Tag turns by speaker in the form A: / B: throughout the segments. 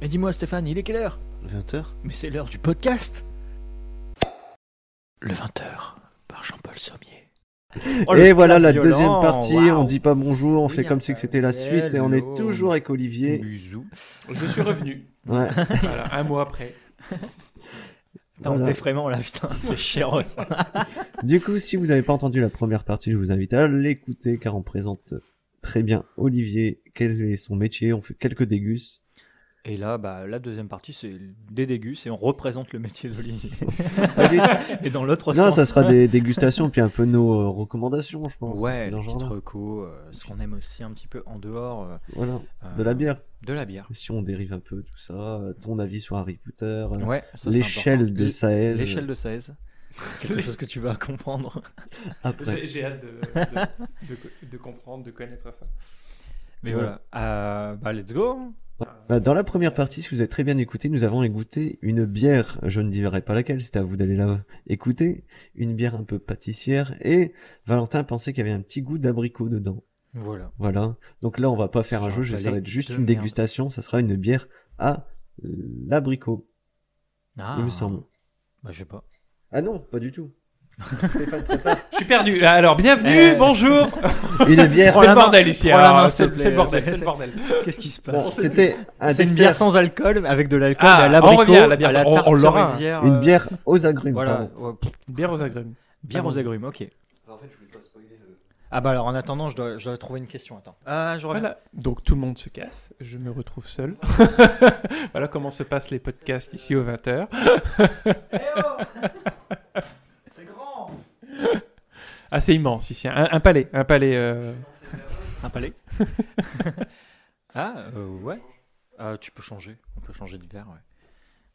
A: Mais dis-moi Stéphane, il est quelle heure
B: 20h
A: Mais c'est l'heure du podcast Le 20h, par Jean-Paul Sommier. Oh, le
B: Et voilà
A: clap
B: la
A: violent,
B: deuxième partie,
A: waouh.
B: on dit pas bonjour, on
A: Oui,
B: fait comme
A: un
B: si que c'était la
A: parallèle,
B: suite et on est
A: hello.
B: toujours avec Olivier.
C: Bisous.
D: Je suis revenu,
B: Ouais.
D: voilà, un mois après.
A: Putain, on
B: Voilà.
A: fait vraiment là, putain, c'est chéros.
B: du coup, si vous n'avez pas entendu la première partie, je vous invite à l'écouter car on présente très bien Olivier, quel est son métier, on fait quelques dégus.
A: Et là, bah, la deuxième partie, c'est des dégus et on représente le métier d'Olivier. et dans l'autre
B: Non,
A: sens.
B: ça sera des dégustations puis un peu nos euh, recommandations, je pense. un
A: Ouais,
B: truc
A: les
B: dans le genre
A: petites
B: là.
A: recos, euh, ce qu'on aime aussi un petit peu en dehors euh,
B: Voilà,
A: euh,
B: de la bière.
A: De la bière.
B: Si on dérive un peu tout ça, euh, ton avis sur Harry Potter, euh,
A: Ouais, ça, c'est
B: l'échelle
A: important.
B: de Saez.
A: L'échelle de Saez. Quelque chose que tu vas comprendre.
B: Après,
D: J'ai- J'ai hâte de, de- de- de comprendre, de connaître ça.
A: Mais
B: Ouais.
A: voilà. Euh, bah, let's go.
D: Ah.
B: Bah, dans la première partie, si vous avez très bien écouté, nous avons écouté une bière, je ne dirai pas laquelle, c'est à vous d'aller la écouter, une bière un peu pâtissière, et Valentin pensait qu'il y avait un petit goût d'abricot dedans.
A: Voilà.
B: Voilà. Donc là, on va pas faire un
A: Genre,
B: jeu, ça va
A: palais
B: être juste
A: de
B: une
A: merde.
B: dégustation, ça sera une bière à l'abricot,
A: Ah.
B: il me semble.
A: Bah, je sais pas.
B: Ah non, pas du tout.
D: Je suis perdu. Alors,
A: Euh,
D: bienvenue, bonjour.
B: Une bière.
D: C'est
A: la
D: le
A: main,
D: bordel ici.
A: prends la
D: alors,
A: main,
D: C'est
A: s'il te
D: c'est le
A: plaît.
D: bordel.
A: C'est-
D: C'est le bordel.
A: Qu'est-ce qui se
B: Bon,
A: passe
B: c'était un
A: Oh, C'est une
B: dessert,
A: bière sans alcool, mais avec de l'alcool,
D: Ah,
A: mais à
D: on
A: l'abricot,
D: revient à la bière.
A: à la
D: On-
A: tarte
D: on l'aura.
A: cerisière, euh,
B: une bière aux agrumes.
A: Voilà.
B: pardon.
A: Ouais, pff,
D: Bière aux agrumes.
A: bière aux
D: Allons-y.
A: agrumes, ok. Ah bah alors en attendant, je dois, je dois trouver une question. Attends. Ah, je reviens.
D: Voilà. Donc, tout le monde se casse. Je me retrouve seul. voilà comment se passent les podcasts ici aux 20h. Eh oh.
A: C'est grand
D: Ah, c'est immense ici. Un, un palais. Un palais. euh,
A: Un palais Ah, euh, ouais. Ah, tu peux changer. On peut changer d'hiver, ouais.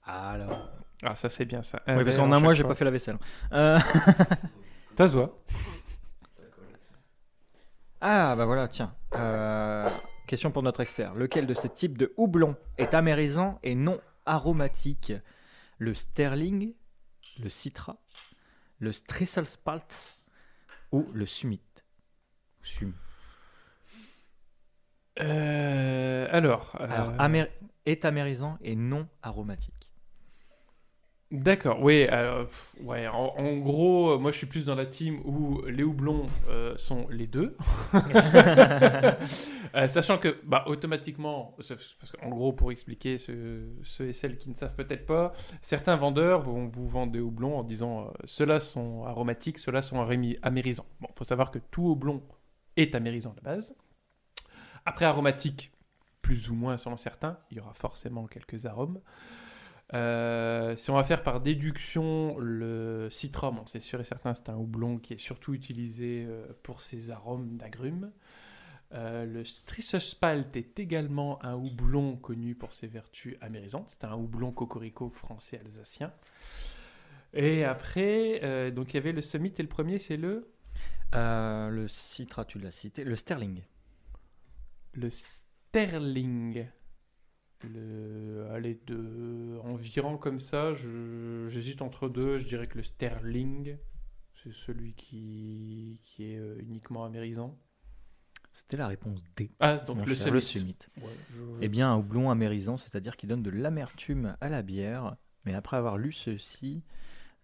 A: Alors.
D: Ah, ça, c'est bien ça.
A: Oui, parce qu'en un mois, j'ai pas fait la vaisselle. Euh,
D: Ça se voit.
A: Ah, bah voilà, tiens. Euh, Question pour notre expert. Lequel de ces types de houblon est amérisant et non aromatique Le sterling, le citra, le stresselspalt ou le summit Summit.
D: Euh, alors.
A: Alors,
D: euh,
A: amér- est amérisant et non aromatique.
D: D'accord, oui, alors, pff, ouais, en, en gros, euh, moi je suis plus dans la team où les houblons euh, sont les deux. Euh, sachant que, bah, automatiquement, sauf- parce qu'en gros, pour expliquer ceux, ceux et celles qui ne savent peut-être pas, certains vendeurs vont vous vendre des houblons en disant euh, ceux-là sont aromatiques, ceux-là sont arémi- amérisants. Bon, faut savoir que tout houblon est amérisant à la base. Après, aromatique, plus ou moins selon certains, il y aura forcément quelques arômes. Euh, si on va faire par déduction le citron, bon, c'est sûr et certain, c'est un houblon qui est surtout utilisé euh, pour ses arômes d'agrumes. Euh, le Strissespalt est également un houblon connu pour ses vertus amérisantes. C'est un houblon cocorico français-alsacien. Et après, euh, donc il y avait le summit et le premier, c'est le,
A: Euh, le citra, tu l'as cité. Le sterling.
D: le Sterling. Le, allez, de, environ comme ça, je- j'hésite entre deux. Je dirais que le Sterling, c'est celui qui, qui est euh, uniquement amérisant.
A: C'était la réponse D.
D: Ah, donc
A: mon
D: le
A: cher,
D: summit.
A: le summit.
D: Ouais, je-
A: Eh bien, un houblon amérisant, c'est-à-dire qui donne de l'amertume à la bière. Mais après avoir lu ceci,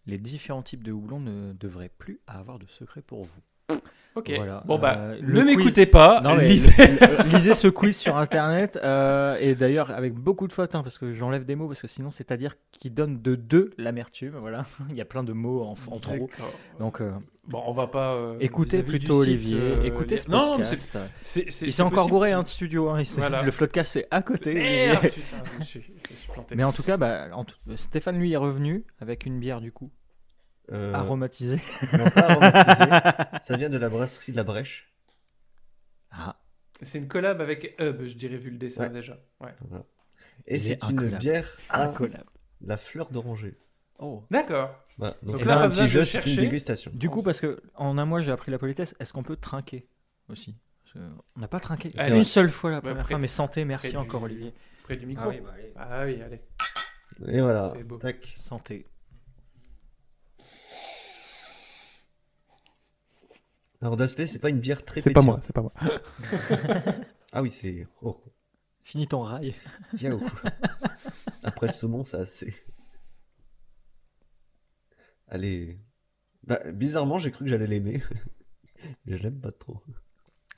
A: les différents types de houblon ne devraient plus avoir de secret pour vous.
D: ok,
A: voilà.
D: bon bah,
A: Euh, le
D: ne
A: quiz-
D: m'écoutez pas,
A: Non, mais-
D: Ah, lisez.
A: Euh, Lisez ce quiz sur internet euh, et d'ailleurs avec beaucoup de fautes hein, parce que j'enlève des mots parce que sinon c'est-à-dire qui donne de deux l'amertume voilà il y a plein de mots en, en trop
D: D'accord.
A: donc euh,
D: Bon, on va pas. euh,
A: écoutez
D: vis-à-vis du
A: plutôt
D: site,
A: Olivier
D: euh,
A: écoutez
D: lire-
A: ce
D: Non, non, mais
A: podcast
D: c'est- c'est.
A: il s'est encore gouré
D: un
A: hein, de studio hein, il s'est-
D: Voilà.
A: le floodcast c'est à côté
D: Merde,
A: Olivier.
D: putain, je me suis, je me suis planté.
A: mais en tout cas bah, en tout- Stéphane lui est revenu avec une bière du coup
B: Euh,
A: aromatisée
B: non, pas aromatisé. ça vient de la brasserie La Brèche.
A: ah,
D: C'est une collab avec Hub, je dirais, vu le dessin
B: Ouais.
D: déjà. Ouais.
B: Et
A: Il
B: c'est
A: est
B: une
A: incollable.
B: bière à
A: incollable.
B: la fleur d'oranger.
A: Oh.
D: D'accord.
B: Voilà. Donc,
D: Donc
B: c'est
D: là,
B: pas
D: pas
B: un
D: besoin
B: petit
D: de
B: jeu, c'est une
D: chercher.
B: dégustation.
A: du coup
D: pense.
A: parce que en un mois j'ai appris la politesse est-ce qu'on peut trinquer aussi Parce que on n'a pas trinqué
B: C'est
A: une
B: vrai.
A: seule fois la première
D: après-
A: fois mais santé merci
D: du-
A: encore Olivier
D: Près du micro.
A: Ah oui, bah, Ah. allez.
D: Ah oui, allez.
B: Et voilà.
D: C'est beau.
B: Tac.
A: Santé.
B: Alors d'aspect, c'est pas une bière très
D: C'est pas moi,
B: pétillante.
D: c'est pas moi.
B: Ah oui, c'est. oh.
A: Finis ton rail.
B: Tiens, au cou. Après le saumon, c'est assez. Allez. Bah, bizarrement, j'ai cru que j'allais l'aimer. Mais je l'aime pas trop.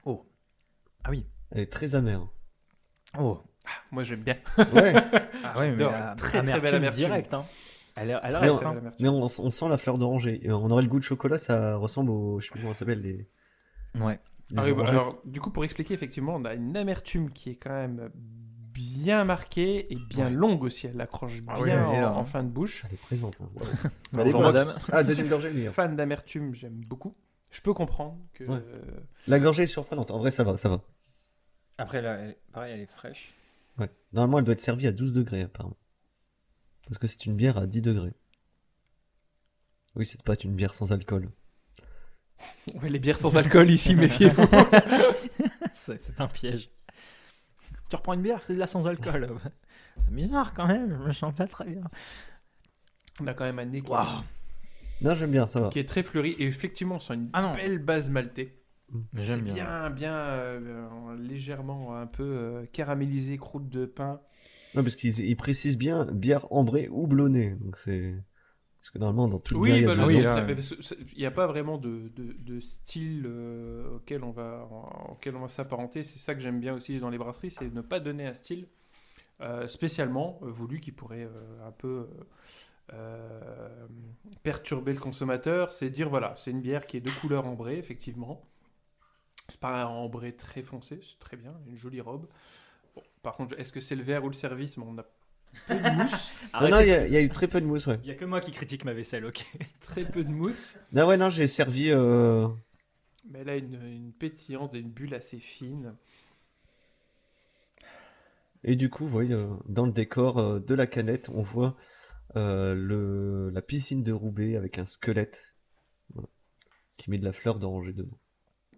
A: Oh. Ah oui.
B: Elle est très amère.
A: Oh.
D: Moi, j'aime bien.
B: Ouais.
A: Ah ouais, mais
D: j'adore.
A: la-
D: Très, très
A: amertume
D: belle amertume.
A: Direct, hein. Elle, est- elle
B: Très
A: reste,
B: bien.
A: hein.
B: Mais on, on sent la fleur d'oranger. Et On aurait le goût de chocolat, ça ressemble au. Je sais plus comment ça s'appelle. Les,
A: Ouais.
B: les
D: Ah oui, bah,
B: orangettes.
D: alors, du coup, pour expliquer, effectivement, on a une amertume qui est quand même bien marquée et bien
A: Ouais.
D: longue aussi. Elle accroche bien
A: Ah oui, elle est
D: en,
A: là,
D: en
A: hein.
D: fin de bouche.
B: Elle est présente. hein. Ouais.
A: Bonjour,
B: les boîtes.
A: madame.
B: Ah, deuxième gorgée, lui. hein.
D: Fan d'amertume, j'aime beaucoup. Je peux comprendre que.
B: Ouais.
D: euh,
B: La gorgée est surprenante. En vrai, ça va, ça va.
A: Après, là, elle- pareil, elle est fraîche.
B: Ouais. Normalement, elle doit être servie à 12 degrés, apparemment. Parce que c'est une bière à 10 degrés. Oui, c'est pas une bière sans alcool.
D: ouais, les bières sans alcool ici, méfiez-vous.
A: c'est c'est un piège. Tu reprends une bière, c'est de la sans alcool. Bizarre quand même, je me sens pas très bien.
D: on a quand même un nez qui,
A: Waouh.
B: Non, j'aime bien, ça va.
D: qui est très fleuri et effectivement, on sent une
A: Ah non.
D: belle base maltée.
A: Mais
D: C'est
A: j'aime
D: bien,
A: bien.
D: bien, euh, légèrement un peu euh, caramélisé, croûte de pain.
B: Non, parce qu'ils ils précisent bien bière ambrée ou blonnée. Donc c'est. Parce que normalement, dans toute bière,
D: Oui,
B: il y
D: bah,
B: a de
D: le-
A: oui,
B: l'eau.
D: le-
A: là,
D: mais
A: ouais.
D: parce que c'est- il n'y a pas vraiment de, de- de style euh, auquel on va, en- auquel on va s'apparenter. C'est ça que j'aime bien aussi dans les brasseries, c'est ne pas donner un style euh, spécialement voulu qui pourrait euh, un peu euh, euh, perturber le consommateur. C'est dire voilà, c'est une bière qui est de couleur ambrée, effectivement. C'est pas un ambré très foncé, c'est très bien, une jolie robe. Bon, par contre, est-ce que c'est le verre ou le service Mais on a peu de mousse,
B: Ah, Non, non, il y, a- il y a eu très peu de mousse, ouais.
A: Il y a que moi qui critique ma vaisselle, ok.
D: très peu de mousse.
B: Non, Ah ouais, non, j'ai servi. euh,
D: Mais elle a une, une pétillance, une bulle assez fine.
B: Et du coup, vous voyez, euh, dans le décor euh, de la canette, on voit euh, le... la piscine de Roubaix avec un squelette voilà, qui met de la fleur d'oranger dedans.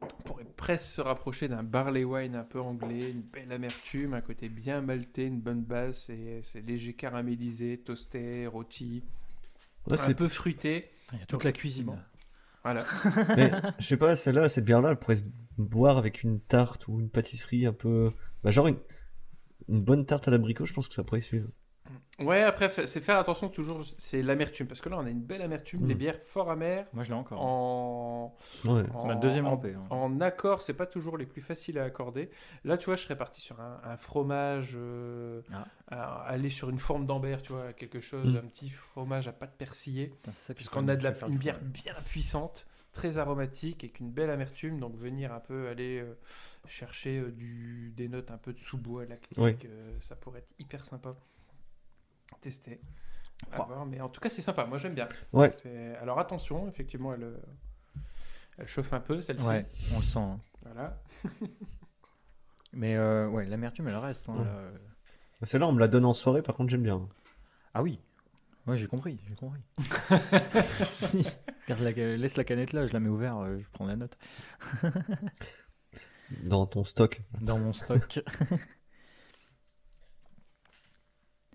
D: On pourrait presque se rapprocher d'un barley wine un peu anglais, une belle amertume, un côté bien maltais, une bonne base, c'est c'est léger caramélisé, toasté, rôti,
B: Ouais,
D: un
B: c'est-
D: peu fruité.
A: Il y a toute la cuisine.
D: Voilà.
B: Mais, je sais pas, celle-là, cette bière-là, elle pourrait se boire avec une tarte ou une pâtisserie un peu. Bah, genre une, une bonne tarte à l'abricot, je pense que ça pourrait suivre.
D: Ouais, après, fa- c'est faire attention toujours, c'est l'amertume, parce que là, on a une belle amertume,
B: Mm.
D: les bières fort amères,
A: Moi, je l'ai encore.
D: en...
B: Ouais.
A: C'est ma deuxième
D: en,
A: lampée, hein.
D: en accord, c'est pas toujours les plus faciles à accorder. Là, tu vois, je serais parti sur un, un fromage, euh,
A: Ah.
D: à- aller sur une forme d'ambert, tu vois, quelque chose,
B: Mm.
D: un petit fromage à pâte persillée,
A: Putain, c'est ça que je
D: puisqu'on
A: connais,
D: a de la,
A: je vais faire
D: une
A: du
D: bière
A: fromage.
D: bien puissante, très aromatique, avec une belle amertume. Donc, venir un peu aller euh, chercher euh, du, des notes un peu de sous-bois lactique,
B: Oui.
D: euh, ça pourrait être hyper sympa. Tester. À
A: Ouah.
D: voir, mais en tout cas, c'est sympa. Moi, j'aime bien.
B: Ouais.
D: C'est- Alors, attention, effectivement, elle, euh, elle chauffe un peu, celle-ci.
A: Ouais, on le sent. hein.
D: Voilà.
A: Mais euh, ouais, l'amertume, elle reste. hein,
B: Ouais.
A: là, euh.
B: Bah, Celle-là, on me la donne en soirée, par contre, j'aime bien.
A: Ah oui. Ouais, j'ai compris, j'ai compris. Si. Garde la- laisse la canette là, je la mets ouverte, euh, je prends la note.
B: Dans ton stock.
A: dans mon stock.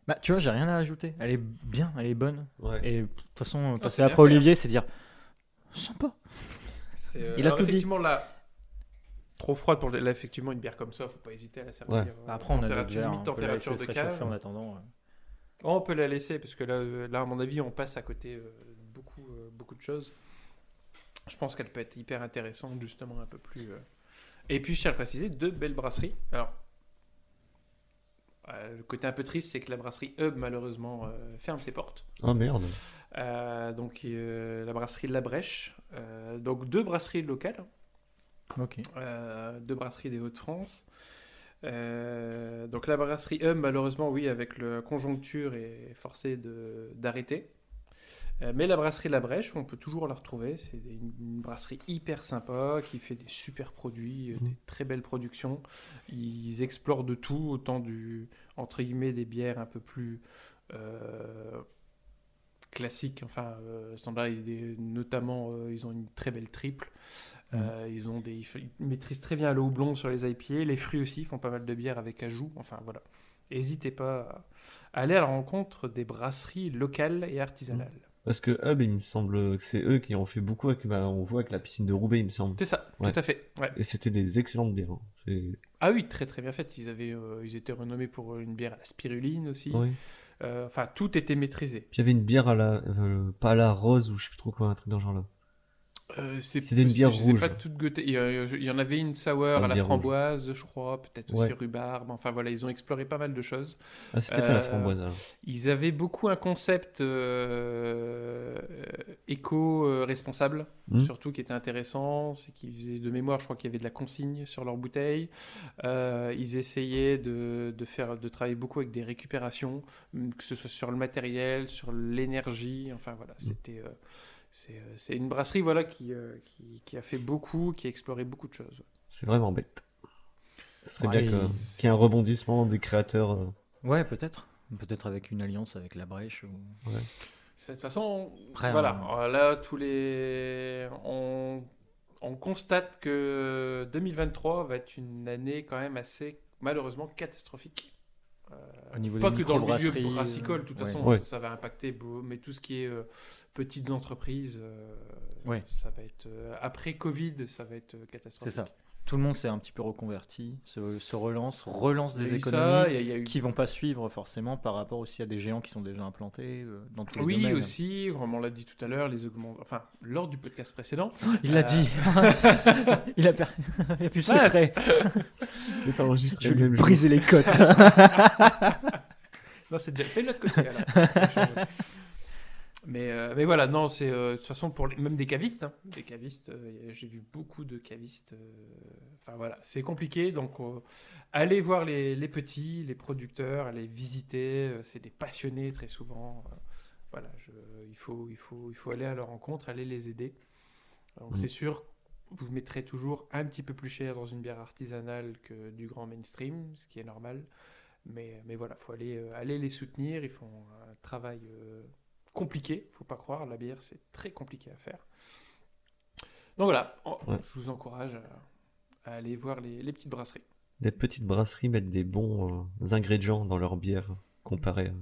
A: bah, tu vois, j'ai rien à ajouter. Elle est bien, elle est bonne.
B: Ouais.
A: Et de toute
B: Oh,
A: façon,
D: c'est
A: passer
D: bien
A: après
D: fait,
B: hein.
A: Olivier, c'est dire sympa.
D: C'est, euh,
A: Il a
D: alors,
A: tout dit.
D: effectivement, là, trop froide pour le- là, effectivement, une bière comme ça, faut pas hésiter à la servir.
B: Ouais.
D: euh,
A: Après, on a
D: température,
A: d'autres verres, hein.
D: limite
A: on peut la
D: température
A: laisser
D: de
A: se réchauffer en
D: cave.
A: attendant. ouais.
D: Oh, on peut la laisser parce que là, euh, là à mon avis, on passe à côté euh, beaucoup, euh, beaucoup de choses. Je pense qu'elle peut être hyper intéressante, justement, un peu plus. euh. Et puis, je tiens à le préciser, deux belles brasseries. Alors, euh, le côté un peu triste, c'est que la brasserie Hub, malheureusement, euh, ferme ses portes.
B: Ah merde.
D: Euh, donc euh, la brasserie de la Brèche, Euh, donc deux brasseries locales,
A: Ok.
D: euh, deux brasseries des Hauts-de-France. Euh, donc la brasserie Hum, malheureusement, oui, avec la conjoncture, est forcée de- d'arrêter. Euh, mais la brasserie La Brèche, on peut toujours la retrouver. C'est des- une, une brasserie hyper sympa qui fait des super produits, euh,
B: Mhm.
D: des très belles productions. Ils explorent de tout, autant du entre guillemets des bières un peu plus euh, classiques, enfin euh, standard. ils- des- notamment, euh, ils ont une très belle triple.
B: Mm.
D: Euh, ils ont des, ils f- ils maîtrisent très bien le houblon sur les IPA, les fruits aussi ils font pas mal de bières avec ajout. Enfin voilà, n'hésitez pas à aller à la rencontre des brasseries locales et artisanales.
B: Parce que Hub, il me semble que c'est eux qui ont fait beaucoup avec, bah, on voit avec la piscine de Roubaix, il me semble.
D: C'est ça,
B: Ouais.
D: tout à fait. ouais.
B: Et c'était des excellentes bières. hein. C'est...
D: Ah oui, très très bien fait. Ils, avaient, euh, ils étaient renommés pour une bière à la spiruline aussi.
B: Ouais.
D: Euh, Enfin, tout était maîtrisé.
B: Puis il y avait une bière à la, euh, pas à la rose ou je sais plus trop quoi, un truc dans ce genre-là.
D: Euh, c'est
B: C'était une
D: possible,
B: bière
D: je les ai
B: rouge.
D: pas toutes goûtées. Il y, a- il y en avait une sour
B: Une
D: à la
B: bière rouge.
D: framboise, je crois, peut-être
B: Ouais.
D: aussi rhubarbe. Enfin voilà, ils ont exploré pas mal de choses.
B: Ah, c'était peut-être à la
D: Euh,
B: framboise. alors.
D: Ils avaient beaucoup un concept euh, euh, éco-responsable,
B: Mhm.
D: surtout qui était intéressant. C'est qu'ils faisaient de mémoire, je crois qu'il y avait de la consigne sur leurs bouteilles. Euh, ils essayaient de, de faire, de travailler beaucoup avec des récupérations, hum, que ce soit sur le matériel, sur l'énergie. Enfin voilà, c'était. euh, c'est, euh, c'est une brasserie voilà, qui, euh, qui, qui a fait beaucoup, qui a exploré beaucoup de choses.
B: C'est vraiment bête. Ce serait
A: Ouais,
B: bien que-
A: ils-
B: qu'il y ait un rebondissement des créateurs. euh,
A: Ouais, peut-être. Peut-être avec une alliance avec la brèche. Ou...
D: C'est- De toute façon,
A: Après,
D: voilà,
A: on-
D: euh, là, tous les... On... on constate que 2023 va être une année quand même assez, malheureusement, catastrophique. Euh,
A: Au niveau
D: pas
A: des
D: que dans le milieu
A: microbrasseries, euh,
D: brassicole, de toute
A: ouais.
D: façon,
B: Ouais.
D: ça, ça va impacter, beau- mais tout ce qui est euh, petites entreprises, euh,
A: Ouais.
D: ça va être... euh, après Covid, ça va être euh, catastrophique.
A: ça. Tout le monde s'est un petit peu reconverti, se, se relance, relance
D: Il y a
A: des
D: eu ça,
A: économies
D: il y a- il y a eu
A: qui vont pas suivre forcément par rapport aussi à des géants qui sont déjà implantés euh, dans tous les
D: Oui,
A: domaines.
D: aussi, comme on l'a dit tout à l'heure, les augmentations, enfin, lors du podcast précédent,
A: Il l'a
D: Euh,
A: dit. il a, per... il a pu se
D: Ah,
A: secret.
B: C'est enregistré
A: Je vais
B: le
A: lui
B: même
A: briser les côtes.
D: Non, c'est déjà fait de l'autre côté. alors. On change. mais, euh, mais voilà, non, c'est euh, de toute façon pour les- même des cavistes. hein, des cavistes, euh, j'ai vu beaucoup de cavistes. euh, Enfin voilà, c'est compliqué. Donc euh, allez voir les, les petits, les producteurs, allez visiter. euh, c'est des passionnés très souvent. euh, voilà, je- il faut il faut il faut aller à leur rencontre, aller les aider. Donc
B: Mhm.
D: c'est sûr. Vous mettrez toujours un petit peu plus cher dans une bière artisanale que du grand mainstream, ce qui est normal. Mais, mais voilà, faut aller, euh, aller les soutenir. Ils font un travail euh, compliqué, faut pas croire. La bière, c'est très compliqué à faire. Donc voilà, en-
B: Ouais.
D: je vous encourage euh, à, à aller voir les, les petites brasseries.
B: Les petites brasseries mettent des bons euh, ingrédients dans leur bière comparé à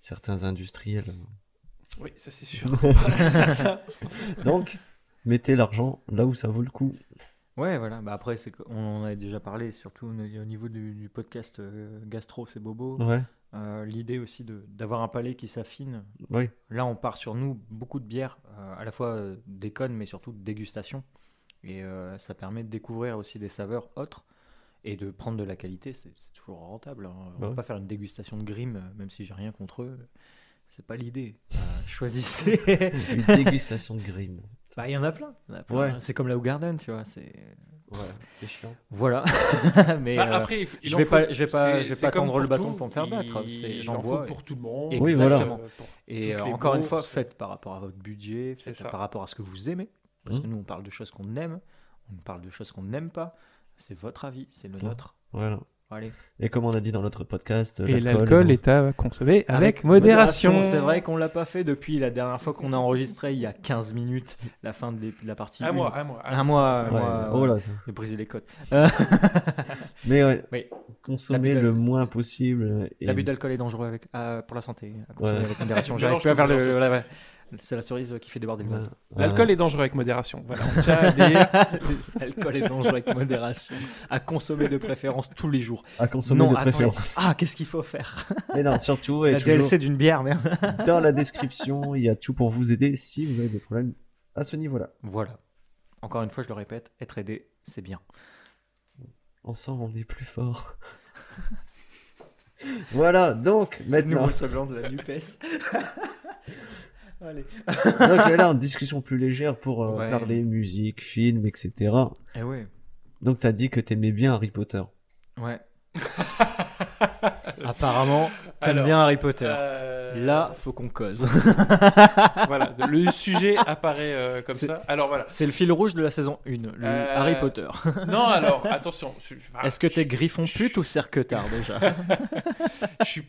B: certains industriels.
D: Oui, ça c'est sûr. Voilà, ça.
B: Donc, mettez l'argent là où ça vaut le coup.
A: Ouais, voilà. Bah après, c'est qu'on en a déjà parlé, surtout au au niveau du, du podcast euh, Gastro, c'est Bobo.
B: Ouais,
A: Euh, L'idée aussi de- d'avoir un palais qui s'affine.
B: oui.
A: Là, on part sur nous beaucoup de bières, euh, à la fois euh, déconne, mais surtout de dégustation. Et euh, ça permet de découvrir aussi des saveurs autres et de prendre de la qualité. C'est c'est toujours rentable. hein. On
B: Bah
A: va
B: ouais.
A: pas faire une dégustation de Grim, euh, même si j'ai rien contre eux. C'est pas l'idée. Euh, choisissez.
B: Une dégustation de Grim.
A: Bah, Il y en a plein. Il y en a plein.
B: Ouais.
A: C'est comme la Garden, tu vois. C'est
B: Ouais, c'est chiant.
A: voilà. mais
D: Bah,
A: euh,
D: après, il- il
A: je
D: en
A: vais
D: faut.
A: pas- je vais pas-
D: C'est-
A: je vais
D: c'est
A: pas
D: comme
A: tendre le
D: pour
A: bâton
D: tout.
A: pour me faire
D: Il-
A: battre. hein, C'est-
D: il
A: j'en
D: en faut
A: bois et-
D: pour tout le monde.
A: Oui, voilà.
D: euh, pour-
A: Et
D: toutes
A: euh,
D: les
A: encore une
D: bourses.
A: fois, faites par rapport à votre budget,
D: C'est
A: faites
D: ça.
A: par rapport à ce que vous aimez. Parce
B: Mhm.
A: que nous, on parle de choses qu'on aime, on parle de choses qu'on n'aime pas. C'est votre avis, c'est le
B: Mhm.
A: nôtre.
B: Voilà.
A: Allez.
B: Et comme on a dit dans notre podcast,
D: Et l'alcool est à consommer avec, modération.
A: hein. C'est vrai qu'on l'a pas fait depuis la dernière fois qu'on a enregistré il y a 15 minutes, la fin de, l'ép- de la partie.
D: Un
A: une.
D: mois, un mois. un
A: Un mois,
B: Ouais,
A: un euh, mois,
B: oh là, ça-
A: de briser les côtes.
B: Mais ouais,
A: Oui.
B: consommer
A: L'abus
B: le
A: d'al-
B: moins possible. Et...
A: L'abus d'alcool est dangereux avec, ah, pour la santé, à consommer
B: Ouais.
A: avec modération. J'arrive
D: Mélange
A: plus à
D: tout,
A: faire le.
D: mélange tout.
A: voilà, ouais. C'est la cerise qui fait déborder le vase.
D: L'alcool est dangereux avec modération. Voilà, on tient à le dire.
A: L'alcool est dangereux avec modération. À consommer de préférence tous les jours.
B: à consommer de
A: attendez.
B: préférence.
A: Ah, qu'est-ce qu'il faut faire
B: Mais non, surtout, et
A: La
B: toujours,
A: DLC d'une bière, merde.
B: dans la description, il y a tout pour vous aider si vous avez des problèmes à ce niveau-là.
A: Voilà. Encore une fois, je le répète, être aidé, c'est bien.
B: Ensemble, on est plus fort. voilà, donc
A: C'est le
B: maintenant,
A: nouveau slogan de la Nupes. Allez.
B: donc, là, en discussion plus légère pour euh,
A: Ouais.
B: parler musique, film, etc.
A: Eh ouais.
B: Donc t'as dit que t'aimais bien Harry Potter.
A: Ouais. Apparemment, t'aimes
D: Alors,
A: bien Harry Potter.
D: Euh,
A: Là, faut qu'on cause.
D: voilà, le sujet apparaît euh, comme
A: C'est-
D: ça. Alors voilà.
A: C'est le fil rouge de la saison 1, le
D: Euh, ah,
A: Harry Potter.
D: Non, alors attention. je- enfin,
A: Est-ce que t'es
D: je-
A: griffon pute ou cerquetard déjà
D: Je suis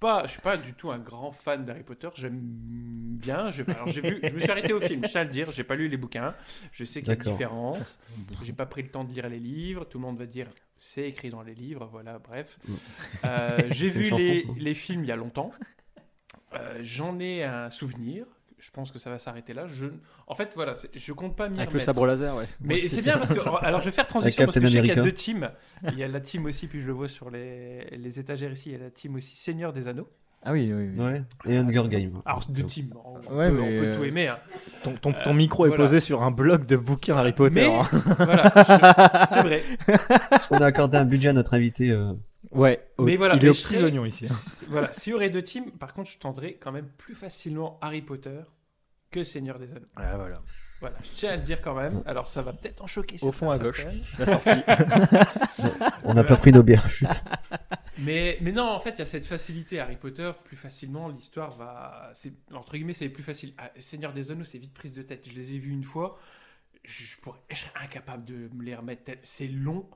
D: pas, je suis pas du tout un grand fan d'Harry Potter. J'aime bien. Je, alors, j'ai vu, je me suis arrêté au film. Je tiens à le dire. J'ai pas lu les bouquins. Je sais qu'il y a une
B: D'accord.
D: différence. J'ai pas pris le temps de lire les livres. Tout le monde va dire c'est écrit dans les livres. Voilà. Bref,
B: Mm.
D: Euh, j'ai
B: C'est une
D: vu
B: chanson,
D: les,
B: ça.
D: les films il y a longtemps. Euh, J'en ai un souvenir. je pense que ça va s'arrêter là. Je... En fait, voilà, c'est- je compte pas m'y
A: Avec le
D: remettre.
A: sabre laser, ouais.
D: Mais
A: Moi aussi,
D: c'est bien parce que. oh, Alors, je vais faire transition
B: Avec
D: parce que
B: Captain
D: je sais qu'il y a
B: America.
D: deux teams. Il y a la team aussi, puis je le vois sur les, les étagères ici. Il y a la team aussi Seigneur des Anneaux.
A: Ah oui, oui. oui.
B: Ouais. Et Hunger Game.
D: Alors, c'est deux teams. On, on
A: Ouais,
D: peut, on
A: mais,
D: peut
A: euh,
D: tout aimer. hein.
A: Ton, ton, ton
D: Euh,
A: micro est
D: voilà.
A: posé sur un bloc de bouquins Harry Potter.
D: Mais-
A: hein.
D: Voilà, je- c'est vrai.
B: Parce qu'on a accordé un budget à notre invité. euh,
A: Ouais,
D: Mais
A: au-
D: voilà,
A: il
D: mais
A: est aux
D: je
A: petits
D: serais-
A: oignons ici. hein.
D: C'est- voilà, s'il y aurait deux teams, par contre, je tendrais quand même plus facilement Harry Potter que Seigneur des Anneaux.
A: Ah, voilà.
D: Voilà, je tiens à le dire quand même. Alors, ça va peut-être en choquer.
A: Au fond, à
D: certains,
A: gauche.
D: certaines.
A: La sortie.
B: On n'a pas pris nos bières. Chut.
D: Mais, mais non, en fait, il y a cette facilité. Harry Potter, plus facilement, l'histoire va. c'est- Entre guillemets, c'est plus facile. Ah, Seigneur des Anneaux, c'est vite prise de tête. Je les ai vus une fois. Je, je pourrais, je serais incapable de me les remettre. tel- C'est long.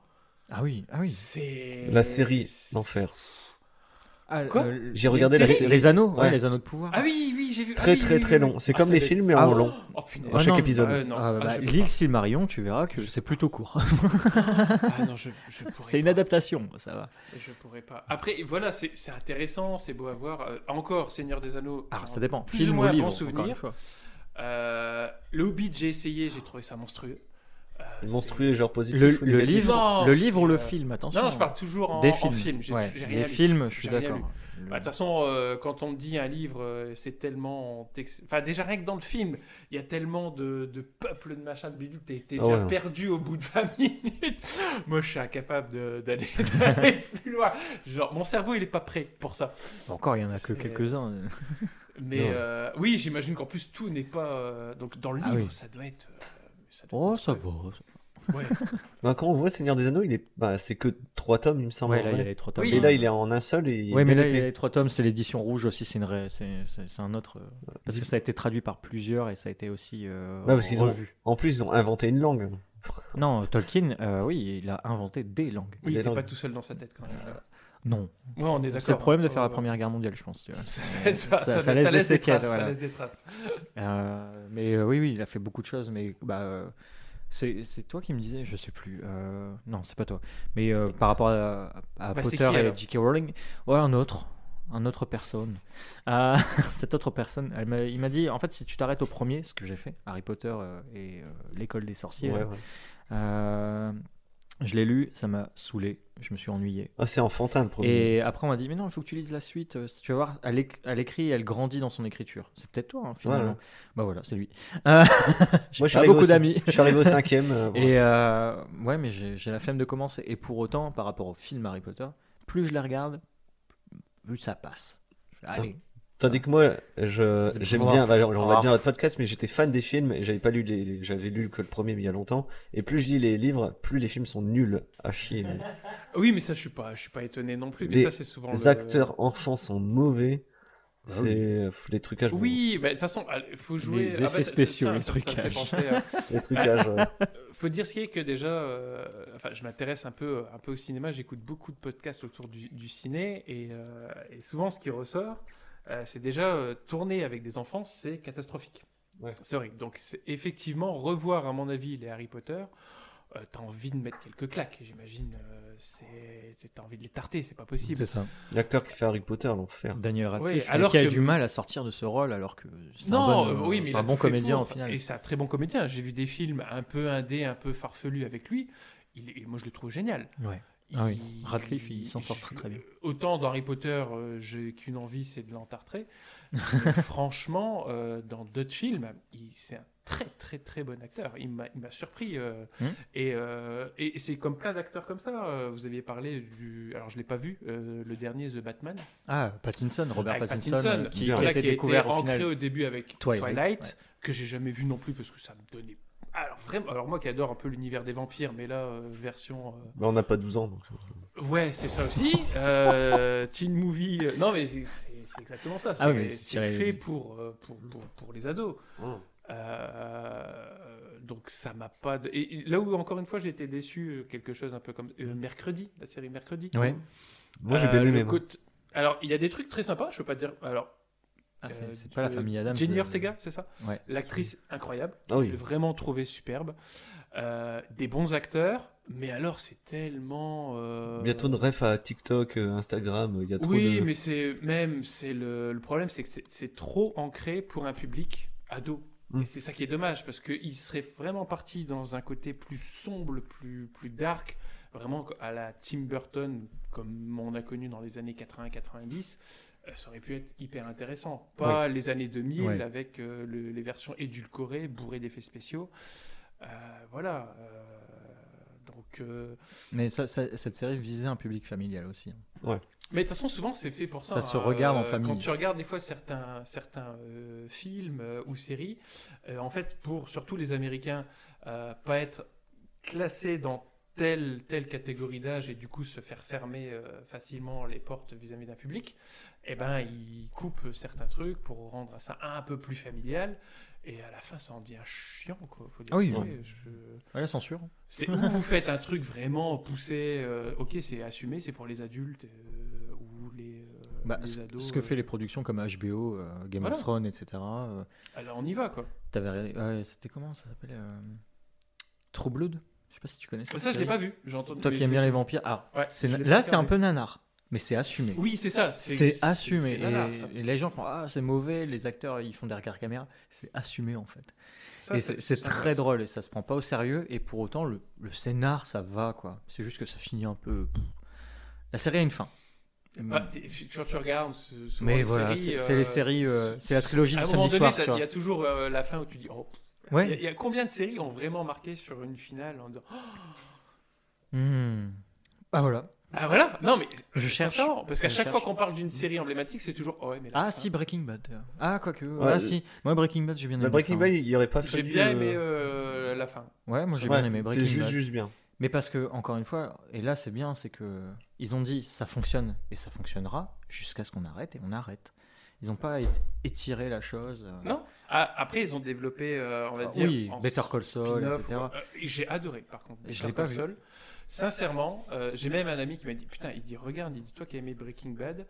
A: ah oui, ah oui.
D: C'est.
B: La série, l'enfer.
A: Ah,
D: Quoi
A: euh,
B: J'ai
A: les-
B: regardé la
A: les-
B: série.
A: Les anneaux, ouais,
B: Ouais.
A: les anneaux de pouvoir.
D: Ah oui, oui, j'ai vu. Ah
B: Très
D: oui,
B: très
D: oui,
B: très
D: oui,
B: long.
D: oui.
B: C'est
D: Ah,
B: comme
D: ça
B: les
D: doit être-
B: films mais
A: Ah
B: en
A: ouais.
B: long.
D: Oh, punaise.
B: À chaque
A: non,
B: épisode.
D: Ah, non.
A: Ah,
D: Ah,
A: bah,
D: je peux
A: L'île
D: pas.
A: Silmarion, tu verras que c'est plutôt court.
D: Ah non, je, je pourrais
A: c'est une
D: pas.
A: adaptation, ça va.
D: Je pourrais pas. Après, voilà, c'est c'est intéressant, c'est beau à voir. Euh, encore, Seigneur des Anneaux.
B: Ah,
A: Alors,
D: j'ai
A: Ah, ça
D: un
A: dépend.
D: plus ou
A: Film ou
D: moins un
A: livre,
D: bon
A: encore une
D: souvenir.
A: fois.
D: Euh, le Hobbit, j'ai essayé, j'ai trouvé ça monstrueux. Euh,
B: Monstrueux, genre positif.
A: Le,
B: ou
A: le
B: négatif.
A: livre,
D: Non,
A: le
D: c'est,
A: livre ou le
D: euh,
A: film,
D: c'est-
A: attention.
D: Non, non, je parle toujours en,
A: des
D: en
A: films.
D: film. J'ai
A: ouais.
D: j'ai rien
A: Les
D: lu.
A: films, je suis
D: J'ai rien
A: d'accord.
D: lu.
A: Le-
D: Bah, De toute façon, euh, quand on me dit un livre, euh, c'est tellement. tex- Enfin, déjà, rien que dans le film, il y a tellement de, de peuples, de machin, de bidule, t'es t'es
B: Ah
D: déjà
B: ouais.
D: perdu au bout de 20 minutes. Moi, je suis incapable de- d'aller d'aller plus loin. Genre, mon cerveau, il est pas prêt pour ça.
A: Encore, il y en a que
D: c'est-
A: quelques-uns.
D: Mais
B: Non.
D: euh, oui, j'imagine qu'en plus tout n'est pas. euh, donc dans le
A: Ah
D: livre,
A: oui.
D: ça doit être. euh, ça doit
A: Oh,
D: être-
A: ça va.
D: Ouais.
B: Bah, quand on voit Seigneur des Anneaux, il est, bah, c'est que trois tomes, il me semble.
A: Ouais,
B: en
A: là, il y
B: vrai.
A: a les trois tomes.
D: Oui,
B: Et là, il est en un seul et. il
A: Ouais,
B: est
A: mais là, il
B: épais.
A: y a les trois tomes, c'est l'édition rouge aussi, c'est une ré- c'est- c'est- c'est un autre. euh, Parce que ça a été traduit par plusieurs et ça a été aussi euh,
B: Ouais, parce qu'ils ont-
A: revu.
B: En plus, ils ont inventé une langue.
A: Non, Tolkien, euh, oui, il a inventé des langues.
D: Oui, il
B: Des
D: n'était pas
B: langues.
D: tout seul dans sa tête quand même.
A: Non.
D: Ouais, on est d'accord.
A: C'est le problème de faire la
D: Oh.
A: Première Guerre mondiale, je pense. tu vois.
D: Ça,
A: Mais
D: ça- ça- ça- ça
A: laisse des séquelles,
D: traces,
A: voilà.
D: Ça laisse des traces.
A: Euh, mais euh, oui, oui, il a fait beaucoup de choses, mais bah, euh, c'est c'est toi qui me disais, je sais plus. euh, non, c'est pas toi. Mais euh, par rapport à, à
D: Bah,
A: Potter
D: c'est qui,
A: et
D: alors
A: J.K. Rowling, ouais, un autre, un autre personne. Euh, cette autre personne, elle m'a- il m'a dit, en fait, si tu t'arrêtes au premier, ce que j'ai fait, Harry Potter euh, et euh, l'école des sorciers,
B: Ouais,
A: là,
B: ouais.
A: euh, je l'ai lu, ça m'a saoulé, je me suis ennuyé.
B: Ah, c'est enfantin le premier.
A: Et après, on m'a dit, mais non, il faut que tu lises la suite. euh, Tu vas voir, elle, éc- elle écrit, elle grandit dans son écriture. C'est peut-être toi, hein, finalement.
B: Ouais, ouais.
A: Bah voilà, c'est lui. Euh,
B: Moi, je
A: J'ai
B: suis
A: pas
B: arrivé au
A: beaucoup
B: cin-
A: d'amis.
B: Je suis arrivé au cinquième. euh, voilà.
A: Et euh, ouais, mais j'ai j'ai la flemme de commencer. Et pour autant, par rapport au film Harry Potter, plus je la regarde, plus ça passe. Je fais, Allez.
B: Tandis que moi, je,
A: C'est
B: j'aime
A: pour
B: bien,
A: voir.
B: bah, genre, on va
A: Ah.
B: dire notre podcast, mais j'étais fan des films, et j'avais pas lu les, les- j'avais lu que le premier mais il y a longtemps, et plus je lis les livres, plus les films sont nuls à chier.
D: Oui, mais ça, je suis pas, je suis pas étonné non plus. Mais
B: Les
D: ça, c'est souvent.
B: Les
D: le-
B: acteurs enfants sont mauvais,
A: Bah
B: c'est euh,
A: oui.
B: pff, les trucages.
D: Oui, mais de toute façon, il faut jouer.
A: Les
D: ah bah,
A: effets
D: ça- ça-
A: spéciaux,
D: ça-
A: les
D: ça me fait
A: trucages.
D: penser à-
B: bon, les trucages. ouais.
D: faut dire ce qui est que déjà, euh, enfin, je m'intéresse un peu, un peu au cinéma, j'écoute beaucoup de podcasts autour du, du ciné, et, euh, et souvent ce qui ressort, euh, c'est déjà euh, tourner avec des enfants, c'est catastrophique.
B: Ouais.
D: C'est horrible. Donc c'est effectivement revoir, à mon avis, les Harry Potter. euh, t'as envie de mettre quelques claques, j'imagine. euh, c'est, t'as envie de les tarter, c'est pas possible.
A: C'est ça.
B: L'acteur qui fait Harry Potter, l'enfer.
A: Daniel Radcliffe,
D: Ouais, alors
A: qui a
D: que-
A: du mal à sortir de ce rôle, alors que c'est un
D: Non,
A: bon,
D: euh,
A: euh,
D: oui, mais
A: c'est
D: il
A: un
D: a
A: bon
D: tout fait
A: comédien
D: pour.
A: au final.
D: Et c'est un très bon comédien. J'ai vu des films un peu indés, un peu farfelus avec lui. Il, est- moi, je le trouve génial.
A: Ouais. Ah oui, Radcliffe, il s'en sort très, très bien.
D: Euh, Autant dans Harry Potter, euh, j'ai qu'une envie, c'est de l'entartrer. Mais franchement, euh, dans d'autres films, il- c'est un très très très bon acteur. Il m'a il m'a surpris. euh,
A: Hmm.
D: Et, euh, et c'est comme plein d'acteurs comme ça. euh, Vous aviez parlé du. Alors je l'ai pas vu, euh, le dernier The Batman.
A: Ah, Pattinson, Robert
D: avec
A: Pattinson, euh, qui, qui
B: bien.
A: a
D: là,
A: été découvert au
D: ancré
A: final.
D: au début avec
A: Twilight,
D: Twilight,
A: ouais.
D: que j'ai jamais vu non plus parce que ça me donnait. Alors vraiment, alors moi qui adore un peu l'univers des vampires, mais là euh, version. euh,
B: Bah, on n'a pas 12 ans, donc. euh,
D: Ouais, c'est ça aussi. Euh, teen movie. euh, Non, mais c'est- c'est c'est exactement ça. C'est
A: Ah oui, mais c'est
D: c'est
A: tiré-
D: fait pour, euh, pour, pour, pour les ados.
B: Mm.
D: Euh, donc ça m'a pas. de- Et et là où encore une fois j'ai été déçu, euh, quelque chose un peu comme euh, mercredi, la série mercredi.
A: Ouais.
B: Moi, j'ai
D: Euh,
B: bien
D: le
B: aimé. moi.
D: côté- Alors il y a des trucs très sympas. Je peux pas dire. Alors
A: Ah, c'est
D: euh,
A: c'est pas la
D: euh,
A: famille Adams.
D: Jenny
A: euh,
D: Ortega, c'est ça
A: Ouais.
D: L'actrice incroyable.
B: Ah oui.
D: Je l'ai vraiment trouvée superbe. Euh, des bons acteurs, Mais alors, c'est tellement. euh,
B: Il y a trop de refs à TikTok, euh, Instagram, il y a trop
D: oui,
B: de...
D: mais c'est même c'est le, le problème, c'est que c'est- c'est trop ancré pour un public ado.
B: Mm.
D: Et c'est ça qui est dommage parce qu'il serait vraiment parti dans un côté plus sombre, plus plus dark, vraiment à la Tim Burton comme on a connu dans les années 80-90. euh, Ça aurait pu être hyper intéressant. Pas les années 2000
A: Ouais.
D: avec euh, le- les versions édulcorées, bourrées d'effets spéciaux. Euh, voilà. euh, donc. euh,
A: Mais ça- ça- cette série visait un public familial aussi. hein.
D: Mais de toute façon, souvent, c'est fait pour ça. hein. Euh,
A: Ça se regarde en famille.
D: Quand tu regardes des fois certains, certains euh, films euh, ou séries, euh, en fait, pour surtout les Américains, euh, pas être classés dans telle, telle catégorie d'âge et du coup se faire fermer euh, facilement les portes vis-à-vis d'un public, eh ben, ils coupent certains trucs pour rendre ça un peu plus familial. Et à la fin, ça en devient chiant, quoi. Faut dire
A: Ah oui,
D: ce qui
B: ouais.
D: est, je-
A: Ouais, la censure.
D: c'est où vous faites un truc vraiment poussé, euh, ok, c'est assumé, c'est pour les adultes euh, ou les, euh,
A: Bah,
D: les
A: ce,
D: ados.
A: ce que
D: euh,
A: fait les productions comme HBO, euh, Game
D: Voilà.
A: of Thrones, etc. euh,
D: Alors on y va quoi.
A: t'avais ré- ah ouais, c'était comment ça s'appelait euh, True Blood Je sais pas si tu connais
D: Ça,
A: cette
D: je l'ai
A: série.
D: pas vu. J'ai entendu.
A: Toi
D: mais
A: qui aimes
D: je-
A: bien les vampires. Ah,
D: Ouais,
A: c'est
D: je
A: na-
D: l'ai pas
A: là c'est un
D: regardé.
A: peu nanar, mais c'est assumé.
D: Oui, c'est ça.
A: C'est assumé.
D: c'est nanar,
A: et,
D: ça.
A: et les gens font Ah, c'est mauvais, les acteurs ils font des regards caméra. C'est assumé en fait.
D: Ça,
A: et c'est c'est très drôle et ça se prend pas au sérieux. Et pour autant, le, le scénar ça va quoi. C'est juste que ça finit un peu. La série a une fin.
D: Bah, t'es- tu, tu regardes. ce- souvent
A: mais
D: les
A: voilà,
D: séries,
A: c'est c'est les
D: euh,
A: séries, euh, c'est la trilogie
D: À
A: du
D: un moment
A: samedi
D: donné,
A: soir.
D: t'as-
A: tu vois.
D: il y a toujours euh, la fin où tu dis oh.
A: Ouais.
D: Il y a- il y, a combien de séries ont vraiment marqué sur une finale en disant
A: Hmm. Ah voilà.
D: ah voilà non mais
A: Je
D: c'est
A: cherche.
D: ça, parce qu'à
A: Je
D: chaque
A: cherche.
D: fois qu'on parle d'une série emblématique c'est toujours oh ouais mais la
A: Ah
D: fin.
A: si Breaking Bad. Ah quoique.
B: Ouais,
A: ah
B: le-
A: si. Moi Breaking Bad j'ai bien aimé.
B: Mais Breaking
A: enfin.
B: Bad, il y aurait pas
D: j'ai
B: fallu...
D: bien aimé
B: euh,
D: euh, la fin
A: Ouais moi j'ai
B: ouais,
A: bien aimé Breaking
B: C'est juste,
A: Bad.
B: juste bien.
A: Mais parce que encore une fois et là c'est bien c'est que ils ont dit ça fonctionne et ça fonctionnera jusqu'à ce qu'on arrête et on arrête. Ils n'ont pas ét- étiré la chose. euh,
D: Non. Ah, après, ils ont développé, euh, on va
A: ah,
D: dire,
A: oui.
D: en
A: Better Call Saul
D: spin-off,
A: etc.
D: quoi. Euh, et J'ai adoré, par contre.
A: Je
D: Better
A: l'ai pas
D: Call
A: vu.
D: Saul. Sincèrement, euh, j'ai même un ami qui m'a dit, putain, il dit, regarde, il dit, toi qui as aimé Breaking Bad,